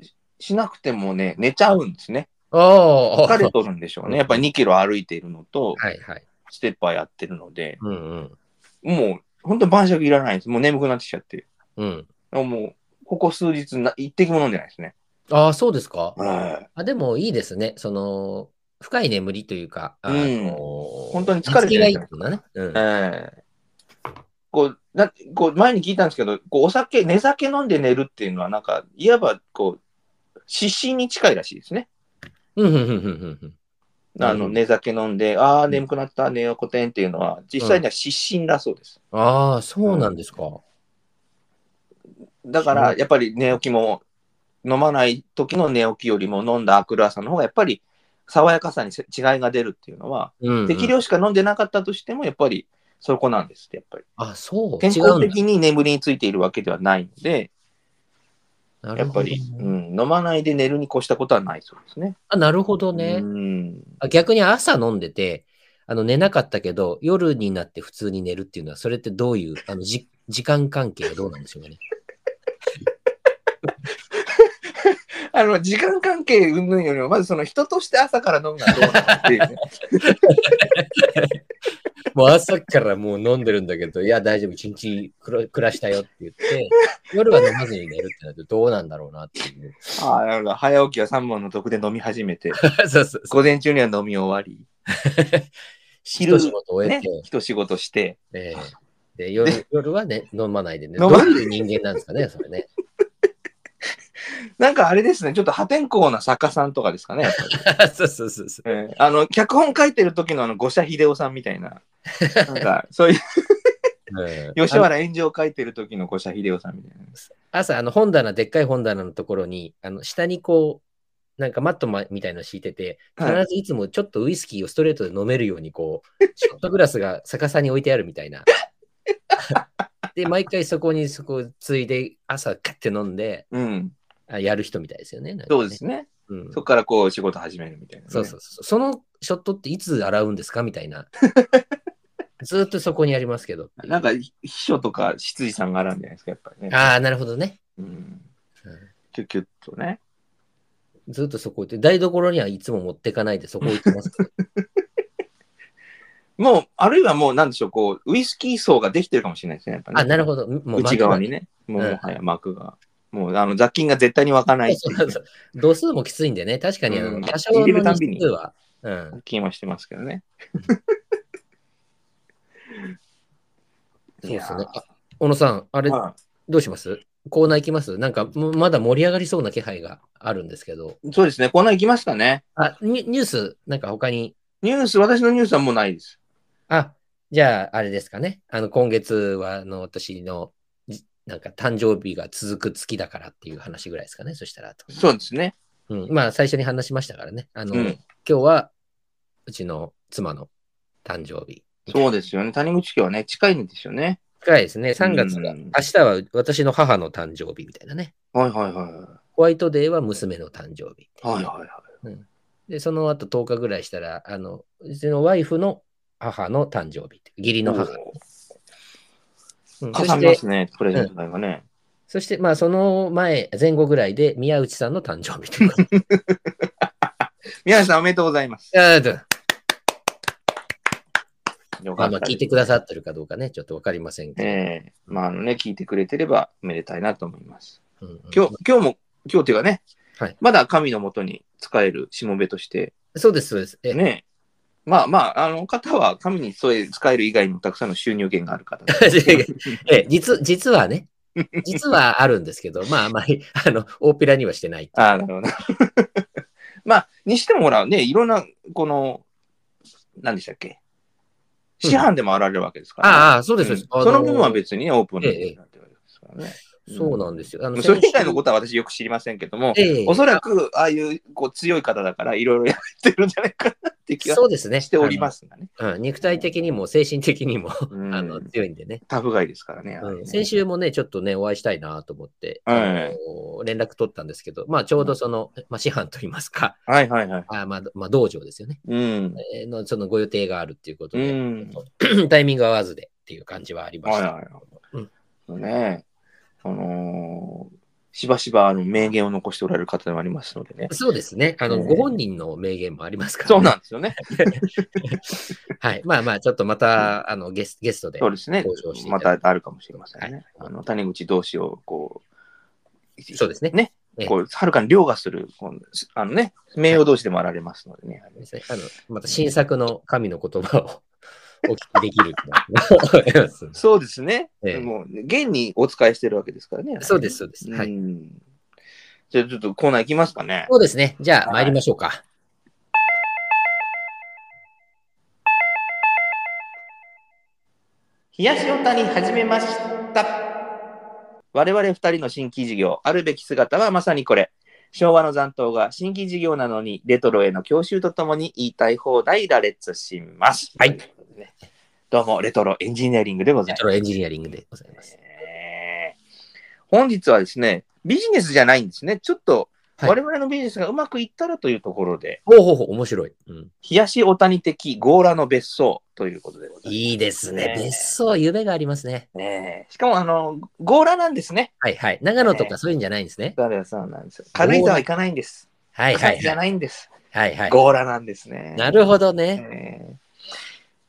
B: ししなくてもね、寝ちゃうんですね。
A: おー
B: 疲れとるんでしょ うね。やっぱり2キロ歩いているのと、
A: はいはい。
B: ステッパーやってるので、
A: うんうん。
B: もう本当晩酌いらないんです。もう眠くなってきちゃって。
A: うん。
B: もう、ここ数日な、一滴も飲んでないですね。
A: ああ、そうですか。
B: はい。
A: あでもいいですね。その、深い眠りというか、あの
B: うん本当に疲れて
A: 寝つきが
B: ないい
A: いっていうのはね。うん
B: ええこう、な、こう、前に聞いたんですけど、こう、お酒、寝酒飲んで寝るっていうのは、なんか、いわば、こう、失神に近いらしいですね。
A: うんうんうんうんうん
B: あの、
A: うん
B: 寝酒飲んで、ああ、眠くなった、寝ようこてんっていうのは、実際には失神だそうです。
A: ああ、そうなんですか。
B: だから、やっぱり寝起きも、飲まない時の寝起きよりも飲んだ明くる朝の方が、やっぱり爽やかさにせ違いが出るっていうのは、
A: うんうん
B: 適量しか飲んでなかったとしても、やっぱりそこなんですって、やっぱり。
A: あ、そう。
B: 健
A: 違う
B: 康
A: んだ
B: 的に眠りについているわけではないので、
A: なる
B: やっ
A: ほ
B: ぱ
A: ど
B: り、うん、飲まないで寝るに越したことはないそうですね。
A: あ、なるほどね
B: う。ん、
A: あ逆に朝飲んでて、あの寝なかったけど、夜になって普通に寝るっていうのは、それってどういう、あのじ 時間関係はどうなんでしょうかね。
B: あの、時間関係云々よりも、まずその人として朝から飲むのはどうなのっていうね。
A: もう朝からもう飲んでるんだけど、いや、大丈夫、一日くら暮らしたよって言って、夜は飲まずに寝るってなるとどうなんだろうなっていう。
B: ああ、なるほど。早起きは3本の毒で飲み始めて、
A: そうそうそう。
B: 午前中には飲み終 わり、
A: 一仕事終え
B: ね
A: て、、
B: 一仕事して、
A: ええで夜夜はね、飲まないでね。ど
B: 飲
A: う
B: ま
A: いう人間なんですかね、それね。
B: なんかあれですね、ちょっと破天荒な作家さんとかです かね。
A: そうそうそうそう。
B: えーあの、脚本書いてる時のあの、五社秀夫さんみた いな、なんか、そういう、
A: うん
B: 吉原炎上書いてる時の五社秀夫さんみたいな。
A: 朝、あの本棚、でっかい本棚のところに、あの下にこう、なんかマットまみたいの敷いてて、必
B: はい
A: ずいつもちょっとウイスキーをストレートで飲めるように、こ う、ショットグラスが逆さに置いてあるみたいな。 で、毎回そこにそこついで、朝、カッて飲んで、
B: うん、
A: あやる人みたいですよね。なんかね
B: そうですね。
A: うん
B: そこからこう、仕事始めるみたいなね、
A: そうそうそう。そのショットっていつ洗うんですかみたい な。ずーっとそこにありますけど。
B: なんか、ひ秘書とか執事さんがあるんじゃないですか、やっぱりね。
A: ああ、なるほどね。
B: うん。キュッキュッとね。
A: ずーっとそこ行って、台所にはいつも持ってかないでそこ行きますけど。
B: もう、あるいはもう、なんでしょう、こう、ウイスキー層ができてるかもしれないですね、やっぱり、ね。
A: あ、なるほど。も
B: 内側に。ね。もう、
A: うん
B: もはや膜が。もう、あの、雑菌が絶対に湧かないって
A: そう
B: いう
A: そうそう度数もきついんでね、確かにあ
B: う
A: の
B: ん
A: 多少の
B: 入れるたんびに
A: 日数は。うん、
B: 気はしてますけどね。
A: そうですね。あ小野さん、あれ、どうしますコーナー行きますなんか、もまだ盛り上がりそうな気配があるんですけど。
B: そうですね。コーナー行きますかね。
A: あ、ニュニュース、なんか他に。
B: ニュース、私のニュースはもうないです。
A: あ、じゃあ、あれですかね。あの、今月は、あの、私の、じなんか、誕生日が続く月だからっていう話ぐらいですかね。そしたら、あと。
B: そうですね。
A: うん。まあ、最初に話しましたからね。あの、
B: うん
A: 今日は、うちの妻の誕生日。
B: そうですよね。谷口家はね、近いんですよね。
A: 近いですね。3月が、
B: うん
A: 明日は私の母の誕生日みたいなね。
B: はいはいはい。
A: ホワイトデーは娘の誕生日。
B: はいはいは
A: で、その後10日ぐらいしたら、あの、うちのワイフの母の誕生日。義理
B: い。
A: の母。うん
B: か
A: そ
B: さ
A: し
B: みま
A: て
B: す、ね、プレゼント代がね。
A: そして、まあ、その前、前後ぐらいで、宮内さんの誕生日ということ で。
B: 宮根さん、おめでとうございます。
A: あー
B: よ
A: ま
B: か
A: あ、
B: っ
A: ま
B: た
A: あ
B: です
A: 聞いてくださってるかどうかね、ちょっとわかりませんけど。
B: ええまああのね、聞いてくれてればめでたいなと思います。
A: うんうん
B: 今日、今日も、今日というかね、
A: はい
B: まだ神のもとに使えるしもべとして、
A: そうです、そうです。え
B: ね、まあまあ、あの方は神に添え使える以外にもたくさんの収入源がある方 で
A: ええ実実はね、実はあるんですけど、まあ、あまり、あの、大っぴらにはしてない。
B: ああ、なるほど。まあ、にしてもほら、ね、いろんな、この、何でしたっけ
A: うん
B: 市販でも あられるわけですから、
A: ああああ、そう
B: う
A: です。そ
B: ん
A: うです
B: その部分は
A: あ
B: 別にね、オープンな
A: ええ
B: なんてわけですからね。
A: そうなんですよ。あ、
B: うんそれ以外のこととは私よく知りませんけども、
A: ええ
B: おそらく、ああいうこう強い方だから、いろいろやってるんじゃないかなっていう気が
A: そうですね。
B: しておりますがね。
A: あの。うん、肉体的にも精神的にも
B: うん
A: あの強いんでね、
B: タフガイですからね。あ
A: う
B: れ
A: ん。
B: ね
A: 先週もね、ちょっとね、お会いしたいなと思って、
B: はい
A: あの連絡取ったんですけど、まあ、ちょうどその、まあ、師範といいますか、
B: はいはいはい。
A: あまあ、まあ、道場ですよね、
B: うん。
A: えーの、そのご予定があるっていうこと
B: う
A: で、
B: ん。
A: タイミング合わずでっていう感じはありま
B: はい
A: し
B: はい
A: た。
B: はい。
A: うん
B: ねあのーしばしばあの名言を残しておられる方でもありますのでね。
A: そうですね。あの、
B: ええ
A: ご本人の名言もありますから、ね。
B: そうなんですよね。
A: はい。まあまあ、ちょっとまた、あの、ゲスゲストで
B: そうですね
A: 登場して。い
B: ま
A: ただ
B: た
A: いて
B: あるかもしれません
A: は
B: ね。
A: い
B: あの谷口同士をこう、
A: そうですね
B: ね
A: ええ
B: こうはるかに凌駕する、こうあのね、名誉同士でもあられますのでね。
A: ですねあの、また新作の神の言葉 をお聞きできると思います。
B: そうですね。
A: ええ
B: もう、現にお使いしてるわけですからね。
A: そうです、そうです。は
B: う
A: い。
B: んじゃあちょっとコーナー行きますかね。
A: そうですね。じゃあ、
B: はい
A: 参りましょうか。
B: 冷やしおたに始めました。我々二人の新規事業、あるべき姿はまさにこれ。昭和の残党が新規事業なのに、レトロへの教習とともに言いたい放題羅列します。
A: はい
B: とうことでね。どうも、レトロエンジニアリングでござ
A: レ
B: い
A: トロエンジニアリングでございま。
B: ますす。えー本日はですね、ビジネスじゃないんですね。ちょっと
A: はい
B: 我々のビジネスがうまくいったらというところで、
A: ほうほうほう、面白い。うん、
B: 冷やしお谷的強羅の別荘ということでございます。
A: いいですね。
B: ね
A: 別荘、夢がありますね。
B: ねえしかも、あの、強羅なんですね。
A: はいはい。長野とかそういうんじゃないんですね。
B: 誰さんなんですよ。軽井沢行かないんです。
A: はいは
B: 浅
A: い
B: 草じ
A: は
B: ゃ
A: い。
B: ないんです。
A: はいはい。
B: 強羅なんですね。
A: なるほどね。
B: ええ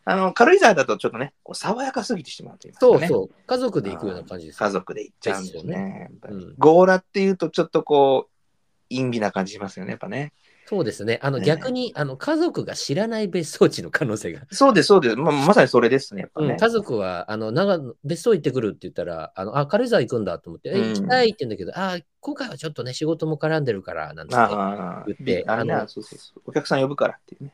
B: あの、軽井沢だとちょっとね、こう爽やかすぎてしまうというか
A: そう
B: ね。
A: そう。家族で行くような感じです。
B: 家族で行っちゃうんですよね。
A: すよねうん
B: ゴーラっていうとちょっとこう、陰気な感じしますよね、やっぱね。
A: そうですね。あの、
B: ね
A: 逆に、あの、家族が知らない別荘地の可能性が。
B: そうです、そうです。ままさにそれですね、やっぱ
A: うん、
B: ね。
A: 家族は、あの、長野、別荘行ってくるって言ったら、あの、あ、軽井沢行くんだと思って、え
B: う
A: 行
B: ん
A: きたいって言うんだけど、あ、今回はちょっとね、仕事も絡んでるから、なんつって。
B: ああ、
A: 言って
B: あれね
A: あの
B: そうそうそう。お客さん呼ぶからっていうね。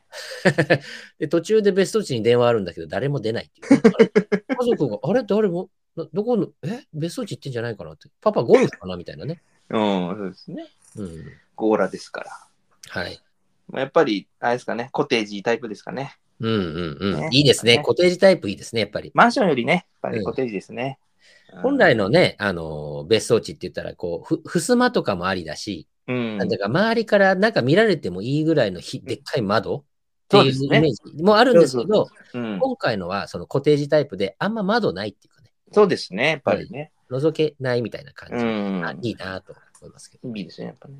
A: で、途中で別荘地に電話あるんだけど、誰も出ないっていうね、あれ家族が、あれ誰も、などこの、え別荘地行ってんじゃないかなって。パパゴルフかなみたいなね。
B: うん、そうですね。
A: うん。
B: ゴーラですから。
A: はい。
B: まあやっぱり、あれですかね、コテージタイプですかね。
A: うんうんうん。
B: ね
A: いいですね。
B: ね
A: コテージタイプいいですね、やっぱり。
B: マンションよりね、やっぱ
A: う
B: り
A: ん
B: コテージですね。うん
A: 本来、のね、あの、別荘地って言ったら、こう、ふ、ふすまとかもありだし、
B: うん
A: なん、だか周りからなんか見られてもいいぐらいのひでっかい窓って
B: そう
A: い
B: で
A: う
B: す
A: イ
B: ね
A: メージもあるんですけど、
B: うん、
A: 今回のはそのコテージタイプであんま窓ないっていうかね、
B: そうですね、やっぱりね。
A: 覗けないみたいな感
B: う
A: じ
B: ん。
A: がいいなと思いますけど。
B: いいですね、やっぱね。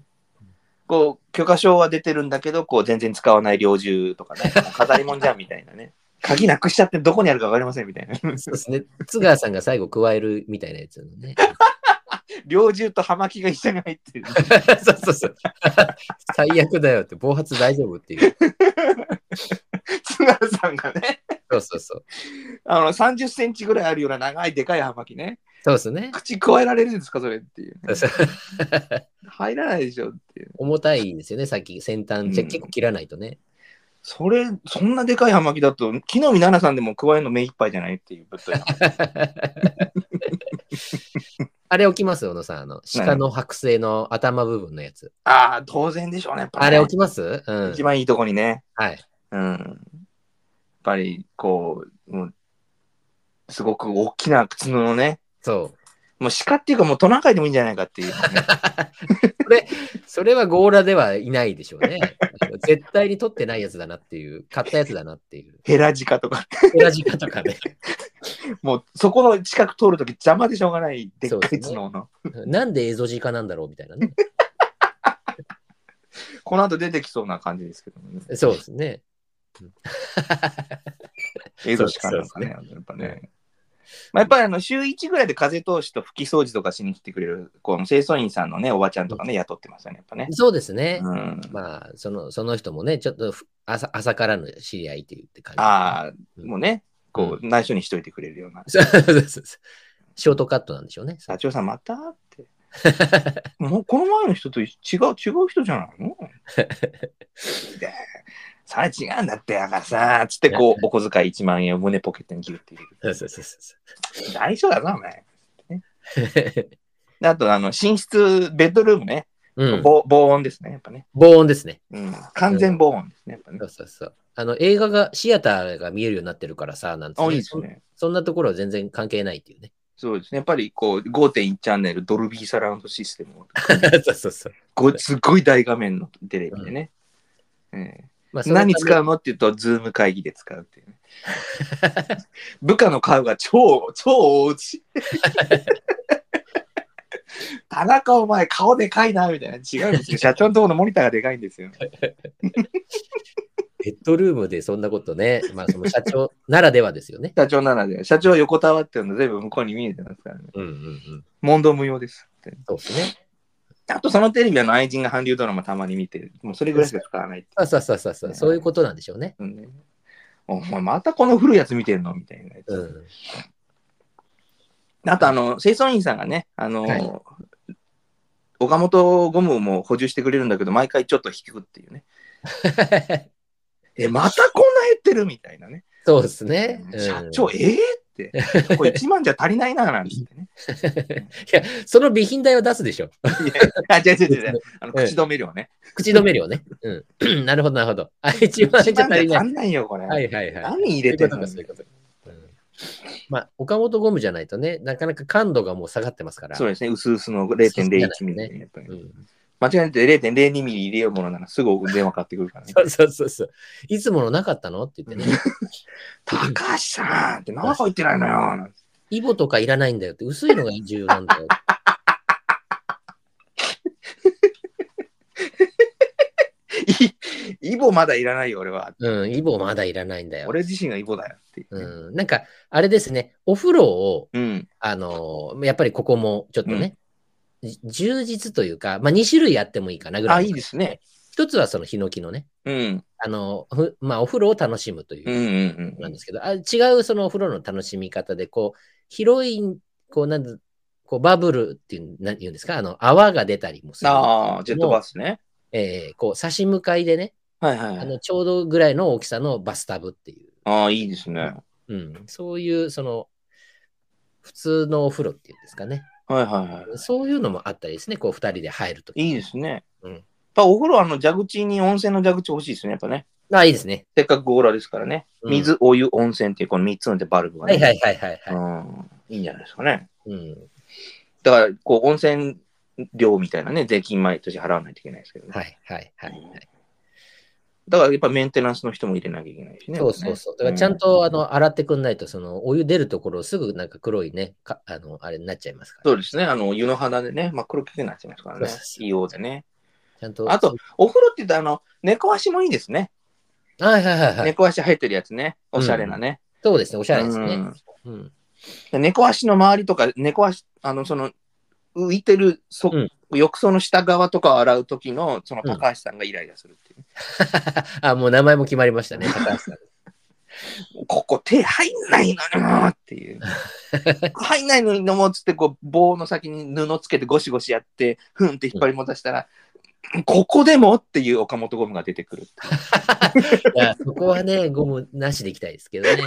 B: こう、許可証は出てるんだけど、こう、全然使わない猟銃とかね、飾り物じゃんみたいな ね。鍵なくしちゃってどこにあるか分かりませんみたいな。
A: そうですね。津川さんが最後加えるみたいなやつの ね。
B: 猟銃と葉巻が一緒に入ってる。
A: そうそうそう。最悪だよって、暴発大丈夫っていう。
B: 津川さんがね、
A: そうそうそう。
B: あの、30センチぐらいあるような長いでかい葉巻ね。
A: そうですね。
B: 口加えられるんですか、それっていう。
A: そ うそう
B: 入らないでしょっていう。
A: 重たいんですよね、さっき先端、じゃ
B: うん
A: 結構切らないとね。
B: それ、そんなでかい葉巻だと、木の実奈々さんでも加えるの目いっぱいじゃないっていうぶっといな。
A: あれ起きます、小野さん。あの鹿の剥製の頭部分のやつ。
B: ああ、当然でしょうね、やっぱね
A: あれ起きますうん
B: 一。番いいとこにね。
A: はい。
B: うんやっぱり、こう、もうすごく大きな角のね、
A: そう。
B: もう鹿っていうかもうトナカイでもいいんじゃないかって いう、ね。
A: それはゴーラではいないでしょうね。 絶対に取ってないやつだなっていう、買ったやつだなっていう。
B: ヘラジカとか、
A: ラジカとかね。
B: もうそこの近く通るとき邪魔でしょうがない、でっ
A: そう
B: か
A: で
B: い
A: すね
B: 角の。
A: なんでエゾジカなんだろうみたいなね。
B: この後出てきそうな感じですけどもね。
A: そうですね。
B: 映像鹿なんかね、やっぱね。まあ、やっぱりあの週1ぐらいで風通しと拭き掃除とかしに来てくれるこう清掃員さんのねおばちゃんとかね雇ってますよねやっぱね。
A: そうですね。
B: うん、
A: まあ、その、その人もね、ちょっとふ朝朝からの知り合いっていうって感じ。
B: ああ
A: うん
B: もうねこう内緒にしといてくれるような
A: そうそうそうショートカットなんでしょうね。
B: 社長さんま たって。もうこの前の人と違う、違う人じゃない のでそれ違うんだって、だからさ、つっ てこう、お小遣い1万円を胸ポケットにギュッて入れる。
A: そうそうそうそ
B: 大丈夫だな、お前。
A: う。
B: であと、あの、寝室、ベッドルームね、
A: うん、
B: 防防音ですね、やっぱね。
A: 防音ですね。
B: うん、完全防音ですね、やっぱね
A: そ。うそうそう。あの映画が、シアターが見えるようになってるからさ、なんつって
B: あ、いいですね。
A: そんなところは全然関係ないって いうね。
B: そうですね。やっぱりこう、5.1チャンネル、ドルビーサラウンドシステムを
A: そうそうそう。
B: こう、すっごい大画面のテレビでね。ええ
A: まあ、その
B: 何
A: た
B: 使うのって言うと、ズーム会議で使うっていうね。 部下の顔が超、超大う ち。田中お前顔でかいなみたいな違 うんですよ社長のところのモニターがでかいんですよ
A: めベッドルームでそんなことね、まあ、その社長ならではですよね。
B: 社長ならで社長横たわってるの全部向こ うに見えてますからね
A: うんうんうん。
B: 問答無用ですって
A: そうですね。
B: あとそのテレビはあの愛人が韓流ドラマたまに見てもうそれぐらいしか使わないって
A: あそうそうそうそう。そういうことなんでしょうね。
B: いうねお前またこの古いやつ見てんのみたいなやつ、
A: うん。
B: あと、あの、清掃員さんがね、あの、
A: はい
B: 岡本ゴムも補充してくれるんだけど、毎回ちょっと引くっていうね。え、またこんな減ってるみたいなね。
A: そうですね。うん
B: 社長、ええって。これ1万じゃ足りないな、なんつって ね。
A: その備品代を出すでしょ。
B: あ、違う違う違う。あの口止め料ね。
A: 口止め料ね。うん。 なるほど、なるほど。あ、一番
B: 1
A: じゃ
B: 万
A: 足り
B: じゃ
A: な
B: 足
A: い。
B: んないよ、これ。
A: はいはいはい。
B: 何入れてんの
A: そういうことかそういうことうんまあ、岡本ゴムじゃないとね、なかなか感度がもう下がってますから。
B: そうですね、薄々の0.01
A: そう
B: ミ
A: です
B: リ、やっぱり
A: うん
B: 間違えて0.02ミリ入れようものならすぐ電話かかってくるからね。
A: そうそうそうそう。いつものなかったのって言ってね。
B: 高橋さんって何入ってないのよなんて
A: イボとかいらないんだよって、薄いのが重要なんだ よ。
B: イイボまだいらないよ、俺は。
A: うん、イボまだいらないんだよ。
B: 俺自身がイボだよっていうね、
A: うん、なんか、あれですね、お風呂を、
B: うん。
A: あのーやっぱりここもちょっとね、じ充実というか、まあ、2種類あってもいいかなぐら
B: あ、
A: い。
B: いいですね。
A: 一つはそのヒノキのね、
B: うん。
A: あのふまあ、お風呂を楽しむという
B: うんう
A: こ
B: ん
A: と
B: う
A: なん
B: ん。
A: ですけど、あ違うそのお風呂の楽しみ方で、こう、広い、こう、なんだこうバブルっていう、なん言うんですか、あの、泡が出たりもする。
B: ああ、ジェットバスね。
A: えーこう、差し向かいでね、
B: はいはいは
A: あ
B: い。
A: のちょうどぐらいの大きさのバスタブっていう、
B: ああ、いいですね。
A: うん、そういうその普通のお風呂っていうんですかね、
B: はいはいはい。
A: そういうのもあったりですね、こう2人で入るとき
B: いいですね。
A: うん
B: やっぱお風呂、あの、蛇口に温泉の蛇口欲しいですね。やっぱね。
A: あ、いいですね。
B: せっかくゴーラですからね。
A: うん
B: 水、お湯、温泉っていうこの3つのでバルブが
A: は
B: ね。
A: いはいはいはい、はい
B: うん。いいんじゃないですかね。
A: うん。
B: だから、こう、温泉料みたいなね、税金毎年払わないといけないですけどね。
A: はいはいはい、はい
B: だから、やっぱメンテナンスの人も入れなきゃいけないしね。
A: そうそうそう。だ
B: や
A: から
B: っぱね
A: ちゃんと、あ、の洗ってくんないと、そのお湯出るところすぐなんか黒いね、かあのあれになっちゃいますか
B: そ
A: ら。
B: うですね。あの、湯の花でね、真っ黒くになっちゃいますから
A: そう
B: ね
A: そう。そう
B: 硫黄でね。
A: ちゃんと。
B: あと、お風呂って言ったら、あの、猫足もいいですね。
A: はいはいはいはい。
B: 猫足入ってるやつね。おしゃれなね。
A: そうですね、おしゃれですね。うん。
B: で猫足の周りとか、猫足、あの、その、浮いてるそ、
A: うん
B: 浴槽の下側とかを洗う時の、その高橋さんがイライラするっていう。
A: あ、もう名前も決まりましたね、高橋さん。
B: ここ手入んないのよーっ ていう。入んないのに飲もうっつって、こう、棒の先に布つけてゴシゴシやって、ふんって引っ張り持たしたら、ここでもっていう岡本ゴムが出てくる。
A: い や、そこはね、ゴムなしでいきたいですけどね。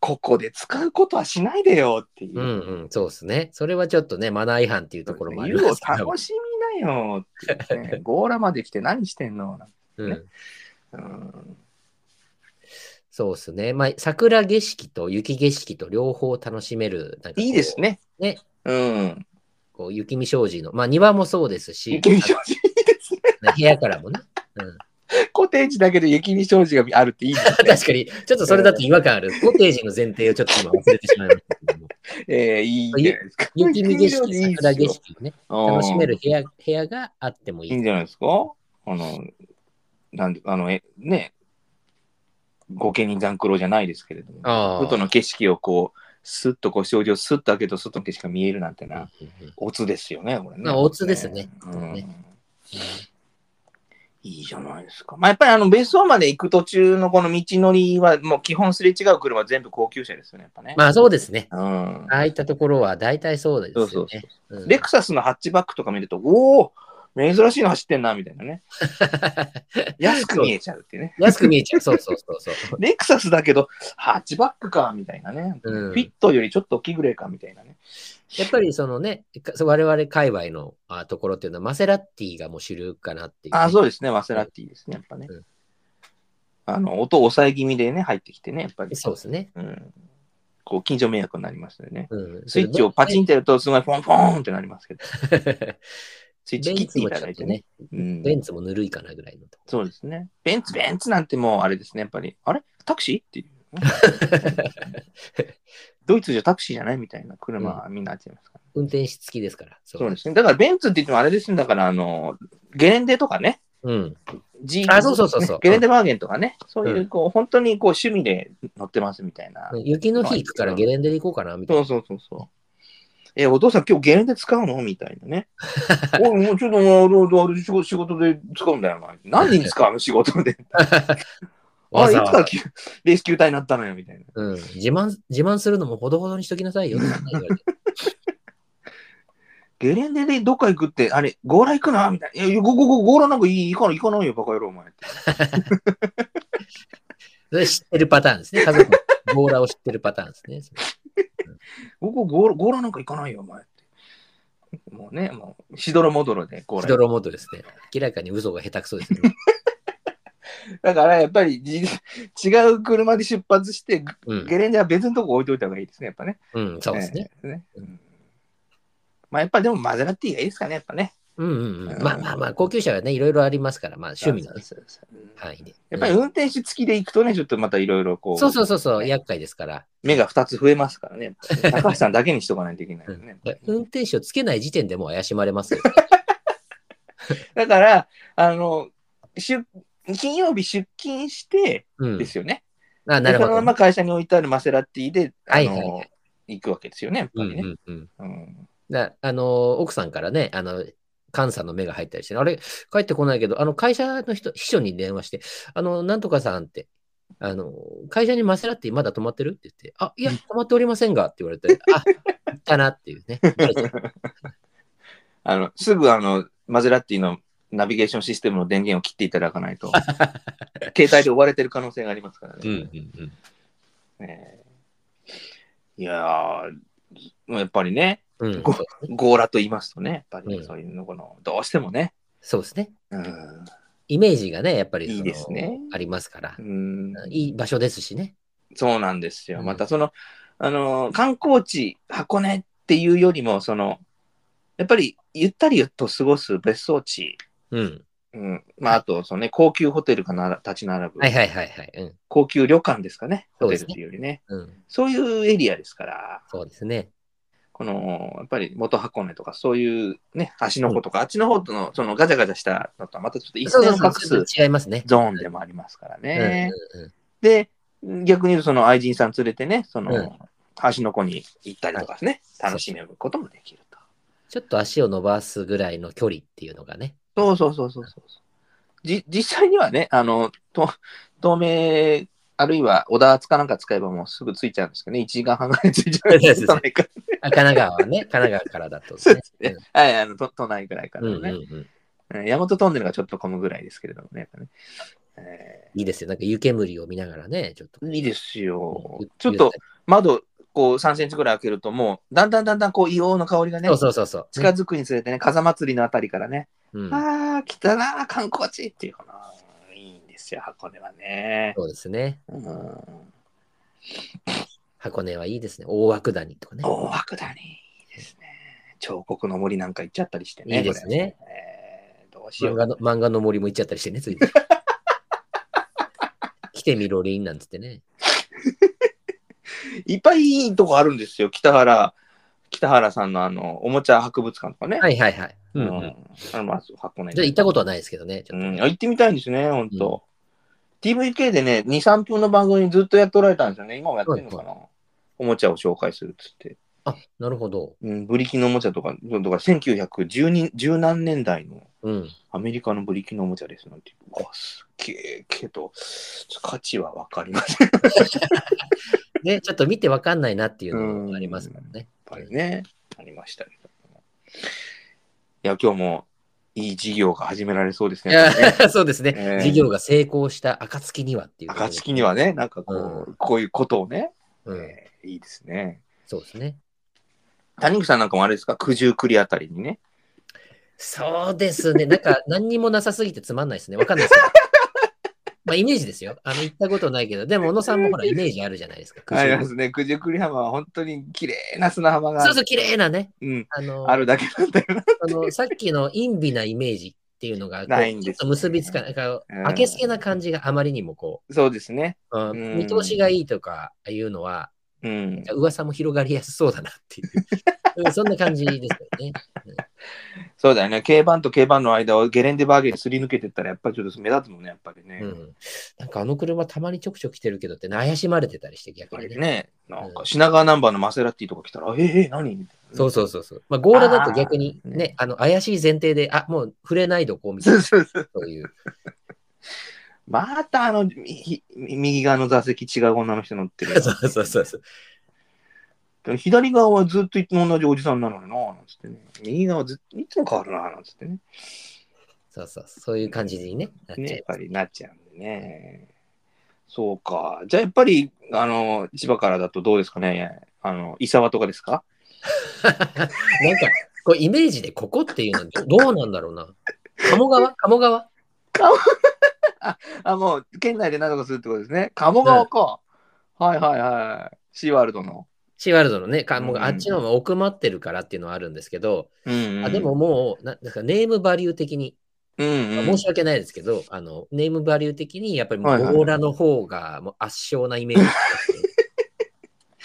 B: ここで使うことはしないでよっていうう。
A: んうん、そうですね。それはちょっとね、マナー違反っていうところもあり
B: 湯を
A: ますけど。
B: 楽しみなよっ ていうね、ゴーラまで来て何してんの
A: うん、
B: うん
A: そうですね。まあ、桜景色と雪景色と両方楽しめる。なんかこう
B: いいです。ね。
A: ね。
B: うん。
A: こう雪見障子の、まあ、庭もそうですし、
B: 雪見障子いいですね。
A: あの部屋からもね。うん、
B: コテージだけで雪見障子がある っていいですね。
A: 確かに、ちょっとそれだと違和感ある。コテージの前提をちょっと今忘れてしまいましたけども、
B: えー、いいじゃないですか。
A: 雪見景色、
B: 雪見
A: 桜景
B: 障子いいです
A: 色をね、
B: よ
A: 楽しめる部屋部屋があってもい
B: いいん
A: い。
B: じゃないですかあの、なんで、あの、え、ね、御家人残苦労じゃないですけれども、
A: ああ
B: 外の景色をこう、スッとこう、障子をスッと開けると外の景色が見えるなんてな、
A: うんうんうん
B: おつですよね、これね。
A: まあおつですね
B: う
A: そうね
B: ん。いいじゃないですか。まあ、やっぱりあの、別荘まで行く途中のこの道のりは、もう基本すれ違う車は全部高級車ですよね、やっぱね。
A: まあ、そうですね。
B: うん。
A: ああいったところは大体そうですよね。
B: そうそう
A: うん
B: レクサスのハッチバックとか見ると、おお珍しいの走ってんな、みたいなね。安く見えちゃうっていうね。
A: 安く見えちゃう。そうそうそうそう。
B: レクサスだけど、ハッチバックか、みたいなね。
A: うん
B: フィットよりちょっと大きいぐらいか、みたいなね。
A: やっぱりそのね、か我々界隈のあところっていうのはマセラティがもう主流かなっていう。
B: あ、そうですね。マセラティですね、やっぱね
A: うん。
B: あの、音抑え気味でね、入ってきてね、やっぱり。
A: そうですね。
B: うん。こう、近所迷惑になりますよね。
A: うん、
B: スイッチをパチン
A: ン。
B: ってやると、すごいフォンフォンってなりますけど、スイ
A: ベ
B: ッチ
A: ン
B: 切って
A: ツ
B: い
A: も
B: た
A: ち
B: だ
A: ょっ
B: いて
A: と
B: ね。
A: ね、
B: うん
A: ベンツもぬるいかなぐらいのとこ
B: そうですね。ベンツ、ベンツなんてもうあれですね、やっぱり。あれタクシーっ ていう。ドイツじゃタクシーじゃないみたいな車はみんなあっちゃいますから、
A: 運転手付きですから。そ
B: そうですね。だからベンツって言ってもあれですね。だからあの、ゲレンデとかね。
A: うん。
B: G
A: あそうそうそうそう
B: ねゲレンデバーゲンとかね。そういうう、こう、本当にこう趣味で乗ってますみたいな。
A: 雪の日行くからゲレンデで行こうかなみたい
B: そう
A: な。
B: そうそうそう。え、お父さん今日ゲレンデ使うのみたい なね。おいもうちょっともう俺、俺、仕事仕事で使うんだよ、お前。何に使うの仕事で。あ、
A: わ
B: いつ
A: ざ
B: か
A: わざ
B: らきレース球隊になったのよ、みたいな。
A: うん、自慢自慢するのもほどほどにしときなさいよ。言われて
B: ゲレンデでどっか行くって、あれ、ゴーラ行くなみたいな。いやいや、ゴゴゴゴーラなんかいい、行かない、行かないよ、バカ野郎、お前って。
A: それ知ってるパターンですね。家 族のボーラーを知ってるパターンですね。
B: ゴゴゴーラ、ゴーラなんか行かないよ、お前って。もうね、もう、しどろもどろで、ゴ
A: ヒ
B: ー
A: ド
B: ラ。
A: ロモードですね。明らかに嘘が下手くそですね。
B: だから、やっぱり、じ 違う車で出発して、
A: うん。
B: ゲレンデは別のとこ置いといた方がいいですね、やっぱね。
A: うん、そうですね。
B: ええ。ですねうんまあ、やっぱでもマゼラティがいいですかね、やっぱね。
A: うんうん
B: う
A: うんん。まあまあまあ、高級車はね、いろいろありますから、まあ趣味のね
B: そうそうそううん
A: 範囲で。
B: やっぱり
A: うん
B: 運転手付きで行くとね、ちょっとまたいろいろこう、
A: そうそうそうそう、厄介ですから。
B: 目が2つ増えますからね。高橋さんだけにしとかないといけないよね。
A: 運転手をつけない時点でもう怪しまれますよ。
B: だから、あの、出金曜日出勤して
A: うん
B: で。すよね。
A: あ、
B: で
A: なるほ
B: そのま
A: どね。
B: ま会社に置いてあるマセラティで、あの、
A: はいはいは
B: 行くわけですよね、やっぱ
A: うん
B: り
A: う
B: ね。
A: んうん。
B: うん
A: だあの、奥さんからね、あの、監査の目が入ったりして、あれ、帰ってこないけど、あの、会社の人、秘書に電話して、あの、なんとかさんって、あの、会社にマセラティまだ止まってるって言って、あ、いや、
B: うん
A: 止まっておりませんがって言われて、あ、行ったなっていうね。
B: あのすぐあの、マセラティのナビゲーションシステムの電源を切っていただか ないと、携帯で追われてる可能性がありますからね。
A: うんうんうん。
B: ねいやー、やっぱりね、
A: うん
B: ご、ゴーラと言いますとね、やっぱ
A: う
B: り
A: ん
B: そういうの、この、どうしてもね、
A: そうですね。
B: うん、
A: イメージがね、やっぱりその
B: いいですね
A: ありますから
B: う、ん
A: いい場所ですしね。
B: そうなんですよ。
A: うん
B: またその、あのー、観光地、箱根っていうよりも、その、やっぱりゆったりと過ごす別荘地、
A: うん。
B: うん、まあ、あと、そのね、高級ホテルがなら立ち並ぶ、
A: はいはいはいはい。うん。
B: 高級旅館ですかね、
A: そう
B: ホ
A: で
B: テル
A: す
B: っ
A: ね
B: ていうよりね、
A: うん。
B: そういうエリアですから、
A: そうですね。
B: この、やっぱり元箱根とか、そういうね、足の方とか、あっちの方との、そのガチャガチャしたのとは、またちょっと一
A: そう
B: 線
A: そ
B: を
A: うそう
B: 画
A: ちょっ
B: す
A: と違いますね。
B: ゾーンでもありますから
A: う
B: ね。
A: んうんうん
B: で、逆に言うと、その愛人さん連れてね、その、
A: うん
B: 足の子に行ったりとかね、楽しむこともできると。
A: ちょっと足を伸ばすぐらいの距離っていうのがね。
B: そうそうそうそうそう。じ、実際にはね、あの、と、東名、あるいは小田厚かなんか使えばもうすぐついちゃうんですけどね、1時間半ぐらいついちゃうんですけど、
A: そう
B: 都 内から。
A: あ神奈川 はね、神奈川からだと
B: そう
A: ね
B: ですね。はい、あの、都都内ぐらいか
A: う
B: ら
A: ん
B: の
A: うんうん
B: ね。
A: うん
B: うん大和トンネルがちょっと混むぐらいですけれどもね、やっぱね。え
A: いいですよ。なんか湯煙を見ながらね、ちょっと。
B: ーいいですよ
A: ゆ。
B: ちょっと、窓、こう3センチぐらい開けると、もう、だんだんだんだんこう硫黄の香りがね
A: そう、そうそうそう。
B: 近づくにつれてね、風祭りのあたりからね、
A: うん
B: ああ、来たなー、観光地っていうかな。いいんですよ、箱根はね。
A: そうですね。
B: うん。
A: 箱根はいいですね。大涌谷とかね。
B: 大涌谷、いいですね。彫刻の森なんか行っちゃったりしてね。
A: いいですね
B: これ。えーどうしよ
A: 漫画
B: う。
A: の漫画の森も行っちゃったりしてね、ついて。 来てみろりんなんつってね。
B: いっぱいいいとこあるんですよ。北原、北原さんのあの、おもちゃ博物館とかね。
A: はいはいはい。う
B: うんん
A: うん
B: あのまず箱根
A: じゃあ行ったことはないですけどね。ち
B: う
A: ょっと
B: ん、あ行ってみたいんですね、ほんと。TVK でね、2、3分の番組ずっとやっておられたんですよね。今もやってるのか
A: は
B: な。おもちゃを紹介するっつって。
A: あ、なるほど。
B: うん、ブリキのおもちゃとか、だから1910十何年代の
A: うん。
B: アメリカのブリキのおもちゃですなんて、うわ、すっげえけど、ちょっと価値はわかりません。やっ
A: ね、ちょっと見てわかんないなっていうのもありますからね。
B: ぱりね、ありましたけども。いや、今日もいい事業が始められそうです
A: い
B: ね。やっぱりね
A: や、 そうですね、
B: えー
A: 事業が成功した暁にはっていうことで。
B: 暁にはね、なんかこう、
A: う
B: こういうことをね、
A: うん。
B: えーいいですね。
A: そうですね。
B: 谷口さんなんかもあれですか九十九里あたりにね。
A: そうですね。なんか何にもなさすぎてつまんないですね。わかんない ですね。まあイメージですよ。あの、行ったことないけど、でも小野さんもほらイメージあるじゃないですか。
B: ありますね。九十九里浜は本当に綺麗な砂浜が
A: そうそう、綺麗なね。
B: うん、
A: あの、
B: あるだけなんだよな。
A: あのさっきの陰微なイメージっていうのがこう
B: ないんです
A: ちょっと
B: ね
A: 結びつかない。なんか
B: うん
A: 明けすけな感じがあまりにもこ
B: そうですね。
A: う、うん
B: うん
A: 見通しがいいとかいうのは、
B: うん。
A: 噂も広がりやすそうだなっていう。うん そんな感じですよね。
B: そうだよね。軽バンと軽バンの間をゲレンデバーゲンすり抜けてったら、やっぱりちょっと目立つもんね、やっぱりね。
A: うん、なんかあの車たまにちょくちょく来てるけどってね怪しまれてたりして逆
B: あ
A: に
B: れ
A: ね。
B: ね、なんか品川ナンバーのマセラティとか来たら、ええ何みたいな
A: そうそうそうそう。まあ、ゴーラだと逆に
B: あー
A: ね、あの怪しい前提で、あもう触れないどこうみたい
B: そう
A: な、
B: そうそう。
A: そういう。
B: またあの、みみ右側の座席違う女の人乗って る。
A: そうそうそうそう。
B: でも左側はずっといつも同じおじさんなのにな、なんつってね。右側はずっといつも変わるな、なんつってね。
A: そうそう、そういう感じにね、なっちゃ
B: ね、やっ
A: いま
B: ぱ
A: す。
B: りなっちゃうんでね。そうか。じゃあやっぱり、あの、千葉からだとどうですかね。あの、伊沢とかですか
A: なんか、こうイメージでここっていうのど どうなんだろうな。鴨川鴨川
B: あ、もう、県内で何とかするってことですね。鴨川か。はいはいはい。シーワールドの。
A: シーワールドのね、かもううんあっちの方が奥まってるからっていうのはあるんですけど、
B: うん
A: あでも、もう、ななんかネームバリュー的に、
B: うんうん、
A: 申し訳ないですけど、あの、ネームバリュー的に、やっぱりも
B: は
A: う
B: いはい
A: ゴーラの方がもう圧勝なイメージがあって。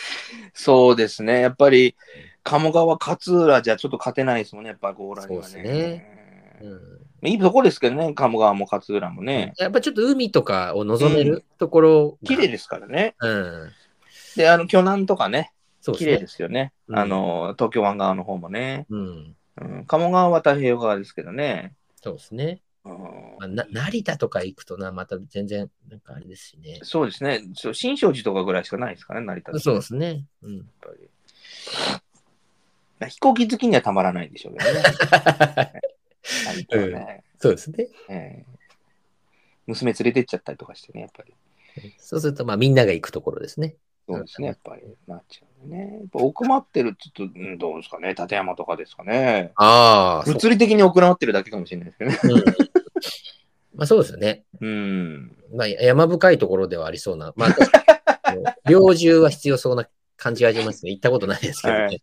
B: そうですね。やっぱり、鴨川勝浦じゃちょっと勝てないですもんね、やっぱゴーラにはね。
A: そうですうん
B: いいとこですけどね、鴨川も勝浦もね。
A: やっぱちょっと海とかを望め
B: う
A: るところが
B: 綺麗ですからね。
A: うん。
B: で、あの、巨南とかね、
A: そうです
B: 綺
A: ね。
B: 麗ですよね。
A: うん
B: あの、東京湾側の方もね。
A: うん。
B: うん、鴨川は太平洋側ですけどね。
A: そうですね。
B: うん
A: まあ、な成田とか行くとな、また全然、なんかあれですしね。
B: そうですね。そう新勝寺とかぐらいしかないですからね、成田って
A: そうですね。うん。
B: やっぱり飛行機好きにはたまらないんでしょうけどね。成田はね
A: そうですね。
B: ええ娘連れてっちゃったりとかしてね、やっぱり。
A: そうすると、まあ、みんなが行くところですね。
B: そうですね、やっぱり。なっちゃうんでね。やっぱ奥まってるって言うと、うんどうですかね、立山とかですかね。
A: ああ、そう
B: 物理的に奥まってるだけかもしれないですけどね。
A: うんまあ、そうですよね。
B: うん。
A: まあ、山深いところではありそうな。 まあ、確かに猟銃は必要そうな感じがしますね。行ったことないですけどね。
B: はい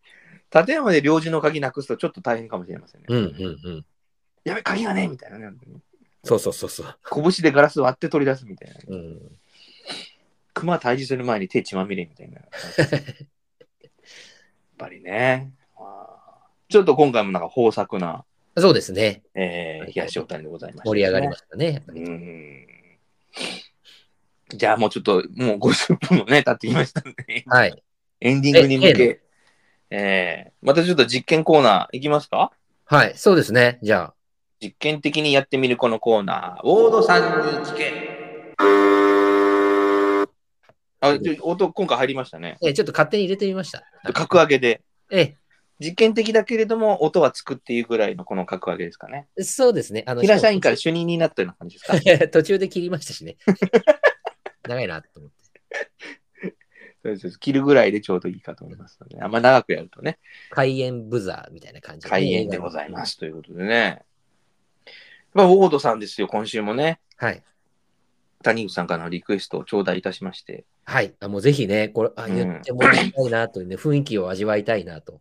B: 立山で領事の鍵なくすとちょっと大変かもしれませんね。
A: うんうんうん。
B: やべ、鍵がねみたいなね。
A: そうそうそうそう。
B: 拳でガラス割って取り出すみたいな。
A: うん、
B: 熊退治する前に手血まみれみ たいな。やっぱりね。まあちょっと今回もなんか豊作な、
A: そうですね。
B: えー、東大谷でございました、
A: 盛り上がりましたね。やっぱり
B: うんじゃあもうちょっと、もう50分もね、経ってきました んで、
A: はい。
B: エンディングに向
A: え
B: け、えー、またちょっと実験コーナーいきますか
A: はい。そうですね。じゃあ。
B: 実験的にやってみるこのコーナー、ウォードさんに聞け。あ、ちょ音、今回入りましたね。
A: えーちょっと勝手に入れてみました。
B: 格上げで。
A: え
B: 実験的だけれども、音はつくっていうぐらいのこの格上げですかね。
A: ーそうですね。あの
B: 平社員から主任になったような感じですか
A: 途中で切りましたしね。 長いなと思って。
B: そうです切るぐらいでちょうどいいかと思いますので、あんま長くやるとね。
A: 開演ブザーみたいな感じ、。
B: 開演でございますす。ということでね。まあ、ウォードさんですよ、今週もね。
A: はい。
B: 谷口さんからのリクエストを頂戴いたしまして。
A: はい。あもうぜひね、これ、あ
B: うん
A: 言ってもらいたいなというね、雰囲気を味わいたいなと。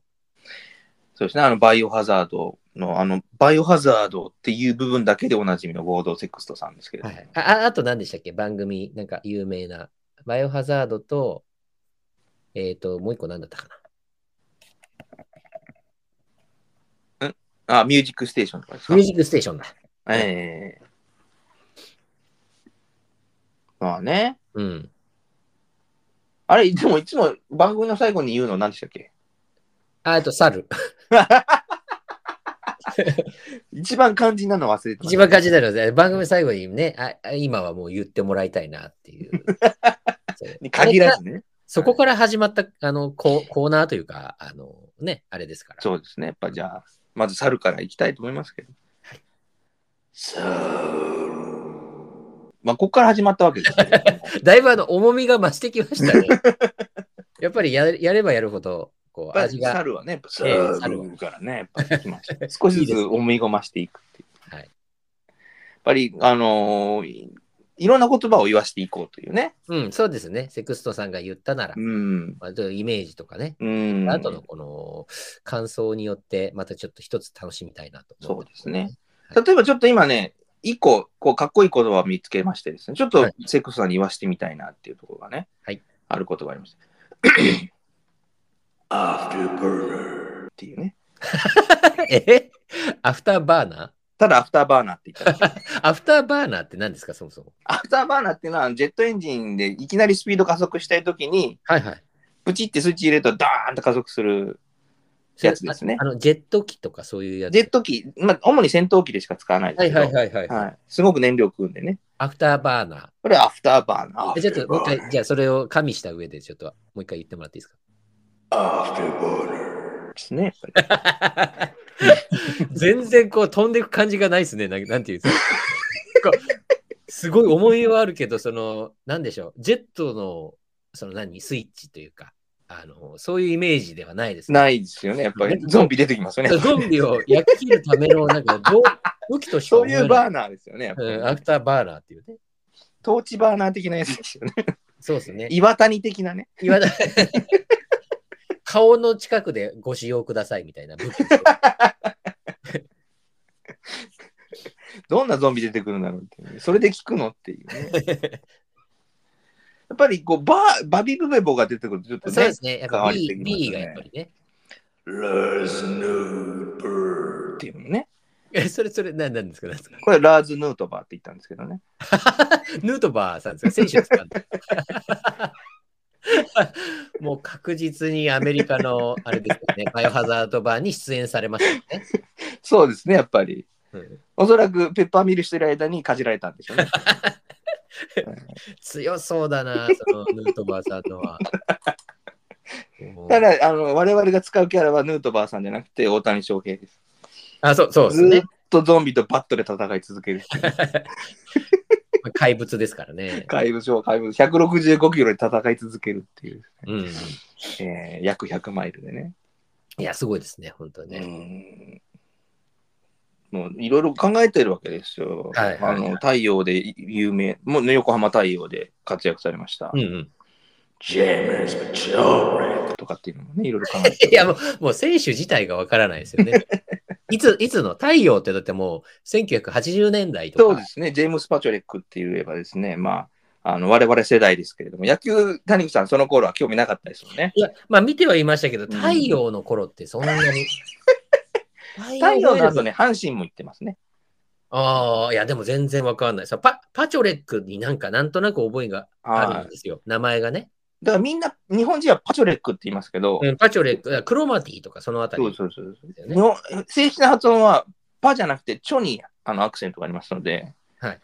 B: そうですね、あの、バイオハザードの、あの、バイオハザードっていう部分だけでおなじみのウォードセクストさんですけれど
A: は
B: も。
A: い。あ、ああと何でしたっけ番組、なんか有名な。バイオハザードと、えっ、と、もう一個何だったかな。
B: あ、ミュージックステーションとかですか
A: ミュージックステーションだ。
B: ええまあね。
A: うん。
B: あれ、でもいつも番組の最後に言うの何でしたっけ
A: あ、あと、猿。
B: 一番肝心なの忘れてまし
A: 一
B: た
A: 番感じになるので、番組最後にねあ、あ今はもう言ってもらいたいなっていう。 そう
B: に限らずね。
A: そこから始まった、あの、ココーナーというか、あの、ね、あれですから。
B: そうですね。やっぱじゃあ、まず猿から行きたいと思いますけど。猿まあ、ここから始まったわけですけども
A: だいぶあの、重みが増してきました ね。やっぱりややればやるほど、こう、
B: やっぱ
A: 味
B: り
A: が。
B: 猿はね、やっぱ
A: ええ猿
B: 猿からね、やっぱり来ました。少しずつ思い込ましていくっていう。
A: はい
B: やっぱり、あのーいいろんな言葉を言わしていこうというね。
A: うん、そうですね。セクストさんが言ったなら
B: う、ん。
A: まあ、とイメージとかね。
B: うん。
A: あとのこの感想によって、またちょっと一つ楽しみたいなと
B: そうですね。。
A: はい
B: 例えばちょっと今ね、一個、こう、かっこいい言葉を見つけましてですね、ちょっ
A: は
B: と
A: い
B: セックスさんに言わしてみたいなっていうところがね、
A: はい
B: あることがありました。 アフターバーナーっていうね。
A: えアフターバーナ
B: ただアフターバーナーって言ったんです
A: ー
B: よ
A: アフターバーナーって何ですか、そもそも。
B: アフターバーナーっていうのは、ジェットエンジンでいきなりスピード加速したいときに、
A: はいはい。
B: プチってスイッチ入れるとダーンと加速する。やつですね
A: ああの、ジェット機とかそういうやつ。
B: ジェット機、まあ、主に戦闘機でしか使わないです
A: は
B: け
A: い
B: ど、
A: はいはいはい。
B: はいすごく燃料食うんでね。
A: アフターバーナ
B: これはアフターバーナ
A: ー。
B: ー。
A: えちょっともう一回、じゃあそれを加味した上で、ちょっともう一回言ってもらっていいですか
B: アフターバーナー。ですね、やっぱり。
A: 全然こう飛んでいく感じがないですね。ななんていうんですか。こうすごい思いはあるけど、その、なんでしょう、ジェットの、その何、スイッチというか、あの、そういうイメージではないですね。
B: ないですよね。やっぱりゾンビ出てきますよね。
A: ゾンビを焼き切るための、なんか、どう武器として
B: そういうバー
A: ー
B: ナーですよね。やっぱり
A: うん、アフターバーナーっていうね。
B: トーチ バーナー的なやつですよね。
A: そうですね。
B: 岩谷的なね。
A: 岩田 顔の近くでご使用くださいみたいな武器。
B: どんなゾンビ出てくるんだろうっていうね、それで聞くのっていうね。 やっぱりこうバーバビブベボが出てくるとちょっと
A: そう
B: ね
A: で、すね。やっぱ
B: 変わり
A: B,
B: すぎますね
A: B がやっぱりね。
B: ラーズ・ヌートバーっていうのね。
A: え、それそれ、ななんですかなんですか
B: これラーズ・ヌートバーって言ったんですけどね。
A: ヌートバーさんですか選手ですか もう確実にアメリカの、あれですよね、バ イオハザードバーに出演されましたよね。
B: そうですね、やっぱり。
A: うん
B: おそらくペッパーミルしてる間にかじられたんでしょう ね。
A: 強そうだな、そのヌートバーさんのは。もう
B: ただあの、我々が使うキャラはヌートバーさんじゃなくて大谷翔平です。
A: あ、そう、そうです
B: ずー
A: ね
B: っ。とゾンビとバットで戦い続ける。
A: 怪物ですからね。
B: 怪物賞、怪物。165キロで戦い続けるっていう、
A: うん。
B: えー約100マイルでね。
A: いや、すごいですね、本当にね。
B: うんもういろいろ考えてるわけですよ。
A: はいはいはい
B: あの太陽で有名、もうね、横浜太陽で活躍されました。
A: うんうん、
B: ジェームズ・ジョーレッとかっていうのもね、い ろいろ考えてる。
A: いやもう、もう選手自体がわからないですよ ね。いつ、いつの太陽ってだってもう1980年代と
B: そう
A: か
B: で。すね、ジェームス・パチョレックって言えばですね、まあ、あの我々世代ですけれども、野球、谷口さん、その頃は興味なかったですよね。
A: いや、まあ見てはいましたけど、
B: ん
A: 太陽の頃ってそんなに。
B: 太陽の後
A: ね。
B: ね、阪神も行ってますね。
A: ああ、いや、でも全然わかんない。さパパチョレックになんかなんとなく覚えがあ
B: は
A: るん
B: い。
A: ですよ。名前がね。
B: だからみんな、日本人はパチョレックって言いますけど、
A: うん、パチョレック、だからクロマティとかそのあたり、
B: そうそうそうそう。
A: だよ
B: 日
A: ね
B: 本正式な発音は、パじゃなくて、チョにあのアクセントがありますので、
A: はい。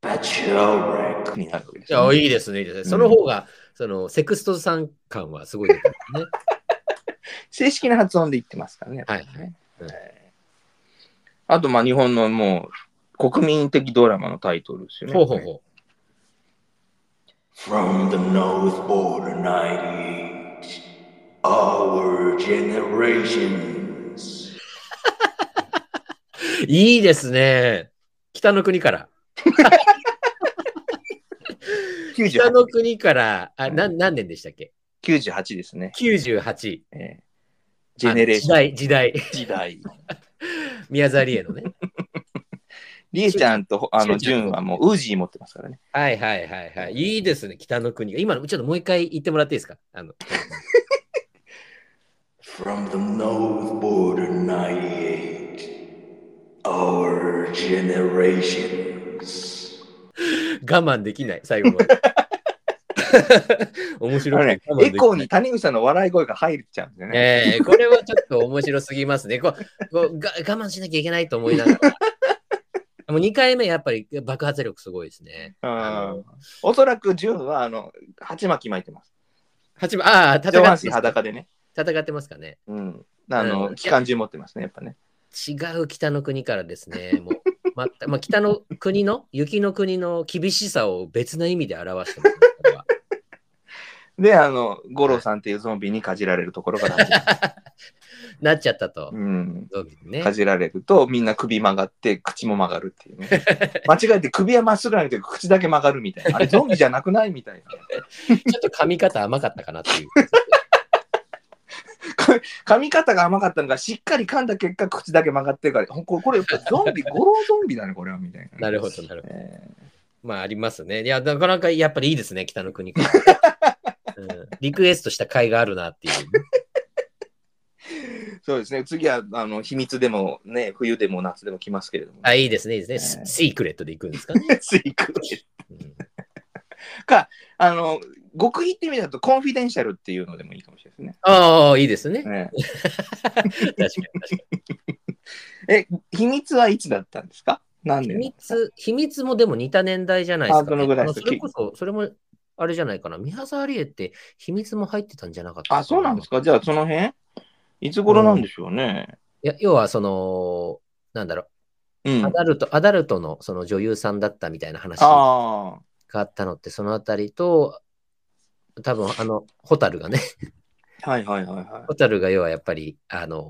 B: パチョレックになるわけです、
A: いや、いいですね、いいですね。その方が、その、セクストさん感はすごいですね。
B: 正式な発音で言ってますからね。
A: はい
B: やっぱりね
A: うん
B: えーあと、まあ、日本のもう、国民的ドラマのタイトル ですよね。
A: ほうほうほう。
D: From the North Border 98, our generations.
A: いいですね。北の国から。北の
B: 98,
A: 国から、あ、な何年でしたっけ
B: 98ですね。
A: ?98。
B: えージェネレーション
A: あの時代、 時代。
B: 時代。
A: 宮沢りえのね。
B: リエちゃんとあの
A: ちゅうちゃん
B: ジュンはもうウージー持ってますからね。
A: はいはいはいはい。いいですね、北の国が。今の、ちょっともう一回言ってもらっていいですかあの、
D: From the North Border 98, our generations.
A: 我慢できない、最後まで。 面
B: あ
A: 白
B: の
A: い、
B: ね
A: 我慢で
B: エ
A: きない
B: コーに谷口さんの笑い声が入っちゃうんですよね。
A: ええこれはちょっと面白すぎますね。こうこうが我慢しなきゃいけないと思いなが ら。もう2回目、やっぱり爆発力すごいですね。あ
B: うん
A: の
B: おそらくジュンはあの鉢巻き巻いてます。
A: 八番、ああ、戦
B: 上
A: って
B: 半身
A: ます
B: 裸でね。
A: 戦ってますかね。
B: うん。あの、
A: うん
B: 機関銃持ってますね、やっぱね。
A: 違う北の国からですね。もうまたまあ、北の国の、雪の国の厳しさを別の意味で表してますねこれは
B: で、あの、ゴロさんっていうゾンビにかじられるところから始まる、
A: なっちゃったと。
B: うん。
A: ゾンビにね
B: かじられると、みんな首曲がって、口も曲がるっていうね。間違えて首はまっすぐなんだけど、口だけ曲がるみたいな。あれ、ゾンビじゃなくないみたいな。
A: ちょっと髪型甘かったかなっていう。
B: 噛み方が甘かったのが、しっかり噛んだ結果、口だけ曲がってるから、ほんこれ、これ、ゾンビ、ゴロゾンビだね、これは、みたいな。
A: なるほど、なるほど。
B: えー
A: まあ、ありますね。いや、なかなかやっぱりいいですね、北の国から。うん、リクエストした甲斐があるなっていう。
B: そうですね。次は、あの、秘密でも、ね、冬でも夏でも来ますけれども。
A: あ、いいですね、いいですね。
B: ええ
A: スシークレットで行くんですかね。
B: スイク
A: うん
B: あの、極秘って意味だと、コンフィデンシャルっていうのでもいいかもしれないで
A: ああ、いいですね
B: す。ね。ね
A: 確かに確かに。
B: 秘密はいつだったんですか何
A: 秘
B: 年
A: 密、秘密もでも似た年代じゃないです
B: あ
A: か、
B: どのぐらい
A: あの
B: です
A: そ
B: か
A: れこそ、それも、あれじゃないかな。宮沢りえって秘密も入ってたんじゃなかったか
B: あ、そうなんですか。じゃあ、その辺いつ頃なんでしょうね。
A: いや、要は、その、なんだろ
B: うん。
A: う、ア
B: あ
A: ダルト、アダルトのその女優さんだったみたいな話が
B: あ
A: あったのって、そのあたりと、多分あの、ホタルがね、
B: ー。はいはいはいは
A: ホタルが要はやっぱり、あの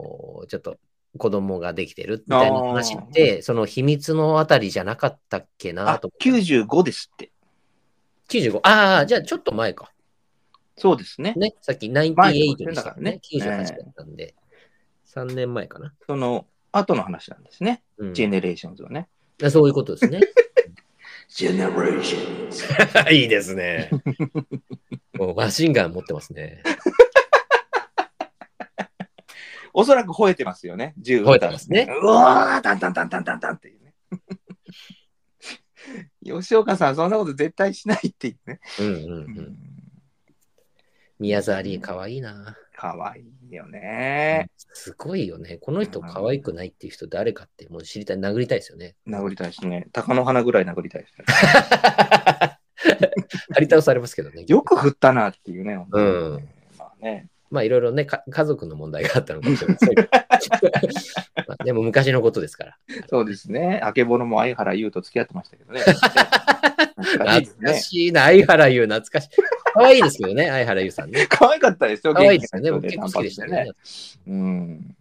A: ーちょっと子供ができてるみたいな話って、その秘密のあたりじゃなかったっけ
B: い。
A: な
B: あ
A: と思っ、て。
B: 95ですって。
A: 95。ああ、じゃあちょっと前か。
B: そうですね。
A: ね、さっき
B: 前の
A: 98でしたからね。
B: 年だからね
A: 98だったんで、3年前かな。
B: その後の話なんですね。
A: うん、
B: ジェネレーションズはね。
A: あそういうことですね。
D: Generations.
A: いいですね。 もうマシンガン持ってますね。
B: おそらく吠えてますよね。銃
A: 覚えてますね。
B: うわー、タンタンタンタンタンタンっていうね。吉岡さん、そんなこと絶対しないっていうね。
A: うんうんうん。宮沢りえかわいいな。
B: かわいいよね。
A: すごいよね。この人可愛くないっていう人誰かってもう知りたい、殴りたいですよね。
B: 殴りたいしね。鷹の花ぐらい殴りたいし、ね。
A: 張り倒されますけどね。
B: よく振ったなっていうね。本当に
A: うん
B: まあね。
A: まあいろいろねか、家族の問題があったのかもしれません けど。まあでも昔のことですから。
B: そうですね。あけぼのも相原優と付き合ってましたけどね。懐かしい
A: 懐
B: で
A: か
B: す
A: しいな、相原優、懐かしい。可愛いですよね、相原優さんね。
B: ね。可愛かったですよ。
A: 可愛いですよね、
B: 元
A: 僕
B: 気
A: 結
B: な
A: 構
B: 人
A: 好きでしたね。。
B: うん。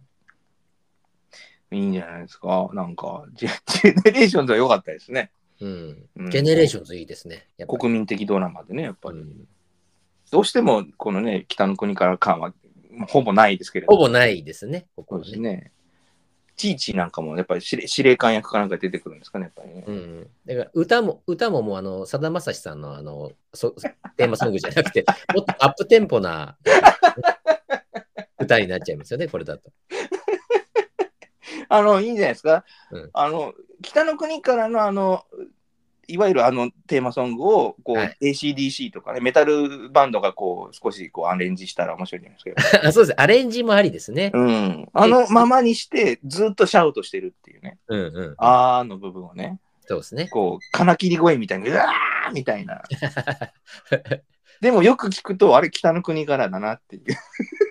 B: いいんじゃないですか。なんか、ジェジェネレーションズは良かったですね。
A: うん。
B: うん
A: ジェネレーションズいいですね。やっぱり
B: 国民的ドラマでね、やっぱり。
A: うん
B: どうしても、このね、北の国から感は、ほぼないですけれど
A: ほぼ
B: も。
A: ないですね、ここ
B: そう
A: は
B: です
A: ね。
B: ね。チーチーなんかも、やっぱり司令司令官役かなんか出てくるんですかね、やっぱりね。
A: うん、だから歌も、歌ももうあの、さだまさしさんのあの、そテーマソングじゃなくて、 もっとアップテンポな 歌になっちゃいますよね、これだと。
B: あの、いいんじゃないですか。
A: うん
B: あの、北の国からの、あの、いわゆるあのテーマソングをこう、
A: はい
B: ACDC とかねメタルバンドがこう少しこうアレンジしたら面白いじゃないですか。
A: あそうです、アレンジもありですね。
B: うん、あのままにしてずっとシャウトしてるっていうね、
A: うんうん。
B: あーの部分をね、
A: そうですね。
B: こう、金切り声みたいな、うわーみたいな。でもよく聞くと、あれ、北の国からだなっていう。
A: ち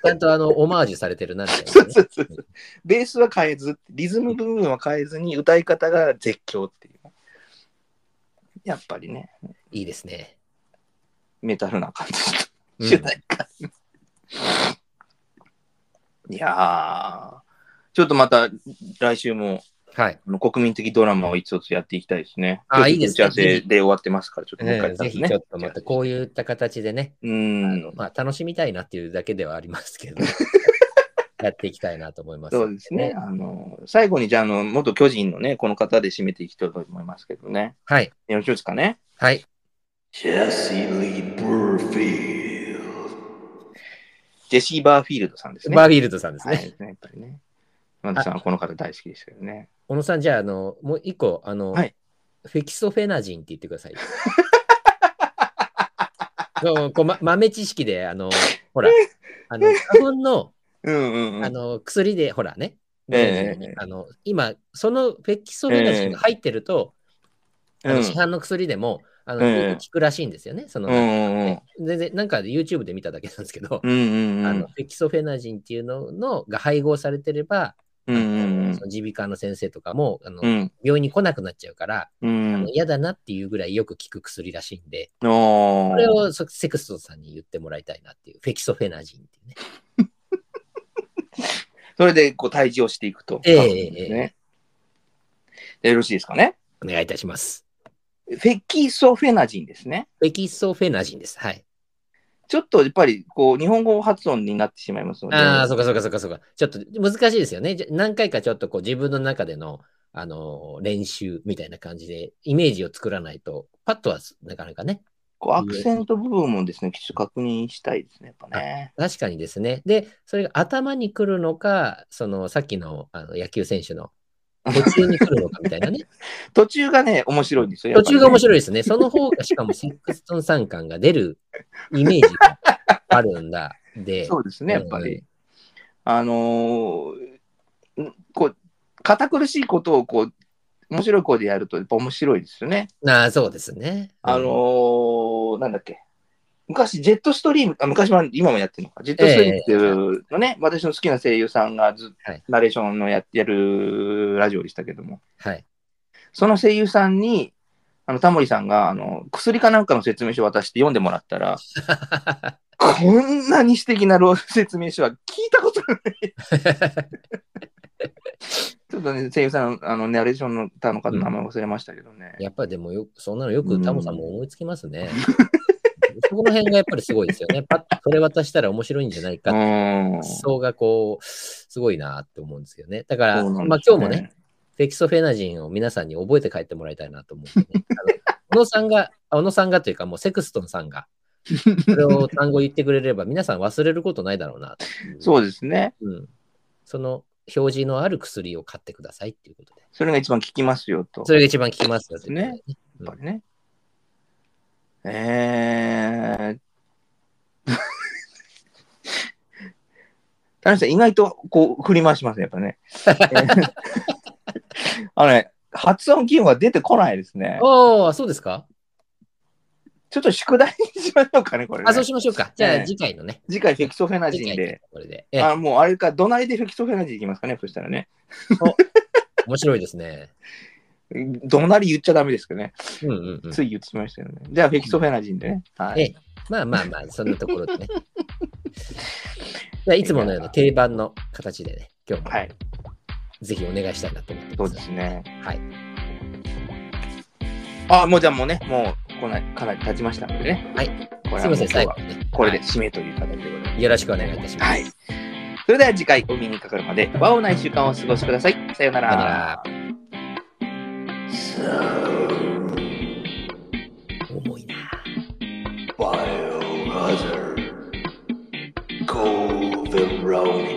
A: ゃんとあの、オマージュされてるなみたい
B: そ
A: な
B: う
A: ね、
B: そうそうそうベースは変えず、リズム部分は変えずに、歌い方が絶叫っていう。やっぱりね、
A: いいですね。
B: メタルな感
A: う
B: じ。
A: ん
B: 主題歌。いやー、ちょっとまた来週も
A: はい。
B: あの国民的ドラマを一つやっていきたいですね。
A: あー
B: ちょっと
A: いいですね
B: 打ち合わせで終わってますから、ちょっともう一
A: え
B: 回
A: ーぜひちょっとまたこういった形でね、
B: う
A: あ
B: ん
A: の。まあ、楽しみたいなっていうだけではあります けど、やっていきたいなと思います、
B: そうですね。。あの、最後に、じゃあ、あの、元巨人のね、この方で締めていきたいと思いますけどね。
A: はい。
B: よろしいですかね。
A: はい。
D: Jesse Lee Burfield.
B: ジェシー・バーフィールドさんですね。
A: バーフィールドさんですね。
B: はい、やっぱりね。マ田さんはこの方大好きですけどね。
A: 小野さん、じゃあ、あの、もう一個、あの、
B: はい
A: フェキソフェナジンって言ってくだ さい。こうこう、ま、豆知識で、あの、ほ ら、あの、花粉の、
B: うんうんう
A: あ
B: ん。
A: の、薬で、ほらね、
B: ええええ
A: あの今、そのフェキソフェナジンが入ってると、あ
B: う
A: の
B: ん
A: 市販の薬でも、あの、
B: ええ
A: 効くらしいんですよね。その、
B: うんうん
A: 全然、なんか YouTube で見ただけなんですけど、
B: うんうんうん
A: あのフェキソフェナジンっていうののが配合されてれば、
B: うんうんうん
A: その耳鼻科の先生とかも、あの
B: うん
A: 病院に来なくなっちゃうから、
B: うん
A: あの嫌だなっていうぐらいよく効く薬らしいんで、
B: お
A: これをそセクストさんに言ってもらいたいなっていう、フェキソフェナジンっていうね。
B: それでこう退治をしていくと。
A: ええ
B: ねでよろしいですかね。
A: お願いいたします。
B: フェキソフェナジンですね。
A: フェキソフェナジンです。はい。
B: ちょっとやっぱりこう日本語発音になってしまいますので。
A: ああ、そうかそうかそうかそうか。ちょっと難しいですよね。じゃ何回かちょっとこう自分の中での、あのー練習みたいな感じで、イメージを作らないと、パッとはなかなかね。
B: こうアクセント部分もですね、きちんと確認したいですね、やっぱね。
A: 確かにですね。で、それが頭に来るのか、そのさっきのあの野球選手の途中に来るのかみたいな ね。
B: 途中がね、面白いんですよ。や
A: 途
B: っぱ
A: 中
B: りね
A: が面白いですね。その方がしかもセックストン三冠が出るイメージがあるんだ。で、
B: そうですね、やっぱ
A: う
B: り。あのーんこう、堅苦しいことをこう、面白い声でやると、やっぱ面白いですよね。
A: なあそうですね。
B: あのーなんだっけ。昔、ジェットストリーム、あ昔は今もやってるのか、ジェットストリームっていうのね、私の好きな声優さんがずっ
A: はい
B: とナレーションのややるラジオでしたけども、
A: はい。
B: その声優さんに、あのタモリさんがあの薬かなんかの説明書を渡して読んでもらった ら、こんなに素敵な説明書は聞いたことない。 ちょっとね、声優さん、あの、ナレーションの他の方の名前忘れましたけどね。
A: やっぱりでもよ、そんなのよくタモさんも思いつきますね。 そこの辺がやっぱりすごいですよね。パッとそれ渡したら面白いんじゃないかって
B: うん。
A: 発
B: そ
A: 想がこう、すごいなって思うんですよね。だから、
B: うなん
A: まあ
B: です
A: 今日もね、。テキソフェナジンを皆さんに覚えて帰ってもらいたいなと思うんでね、あの小野さんが、 あ小野さんがというか、もうセクストンさんが、それを単語言ってくれれば、皆さん忘れることないだろうなっていう
B: そうですね。
A: うん、その表示のある薬を買ってくださいっていうことで。
B: それが一番効きますよと。
A: それが一番効きますよということで
B: ね。やっぱりね。えー。田辺さん、意外とこう振り回しますね、やっぱね。あのね、発音記号が出てこないですね。
A: おー、そうですか
B: ちょっと宿題にしましょうかね、これ、ね
A: あ、。そうしましょうか。じゃ
B: え
A: あ
B: え
A: 次回のね。
B: 次回、フェキソフェナジ
A: 次
B: ン
A: 回
B: で。
A: これで。ええ
B: あもうあれか、どないでフェキソフェナジンいきますかね、そしたらね。
A: 面白いですね。
B: どなり言っちゃダメですけどね。
A: うんうんうん。
B: つい言ってしまいましたよね。じゃあ、フェキソフェナジンでね。は
A: え
B: い。
A: えまあまあまあ、そんなところで ね。じゃあいつものような定番の形でね、今日も
B: はい。
A: ぜひお願いしたいなと思って
B: そ
A: ま
B: う
A: す。
B: ですね。
A: はい。
B: あ、もうじゃあもうね、もうこんなかなり経ちましたのでね。
A: はい
B: これ
A: すい
B: はも
A: ま
B: う
A: せ
B: 今
A: ん、
B: 日
A: 最後
B: は
A: にね。
B: これで締めという形でございます。
A: はい。よろしくお願いいたします。
B: はい。それでは次回お耳にかかるまで、和をない習慣をお過ごしください。さような
A: さよな
B: ら。
A: ら
D: Sound
A: 重いな。
D: biohazard. Go the round.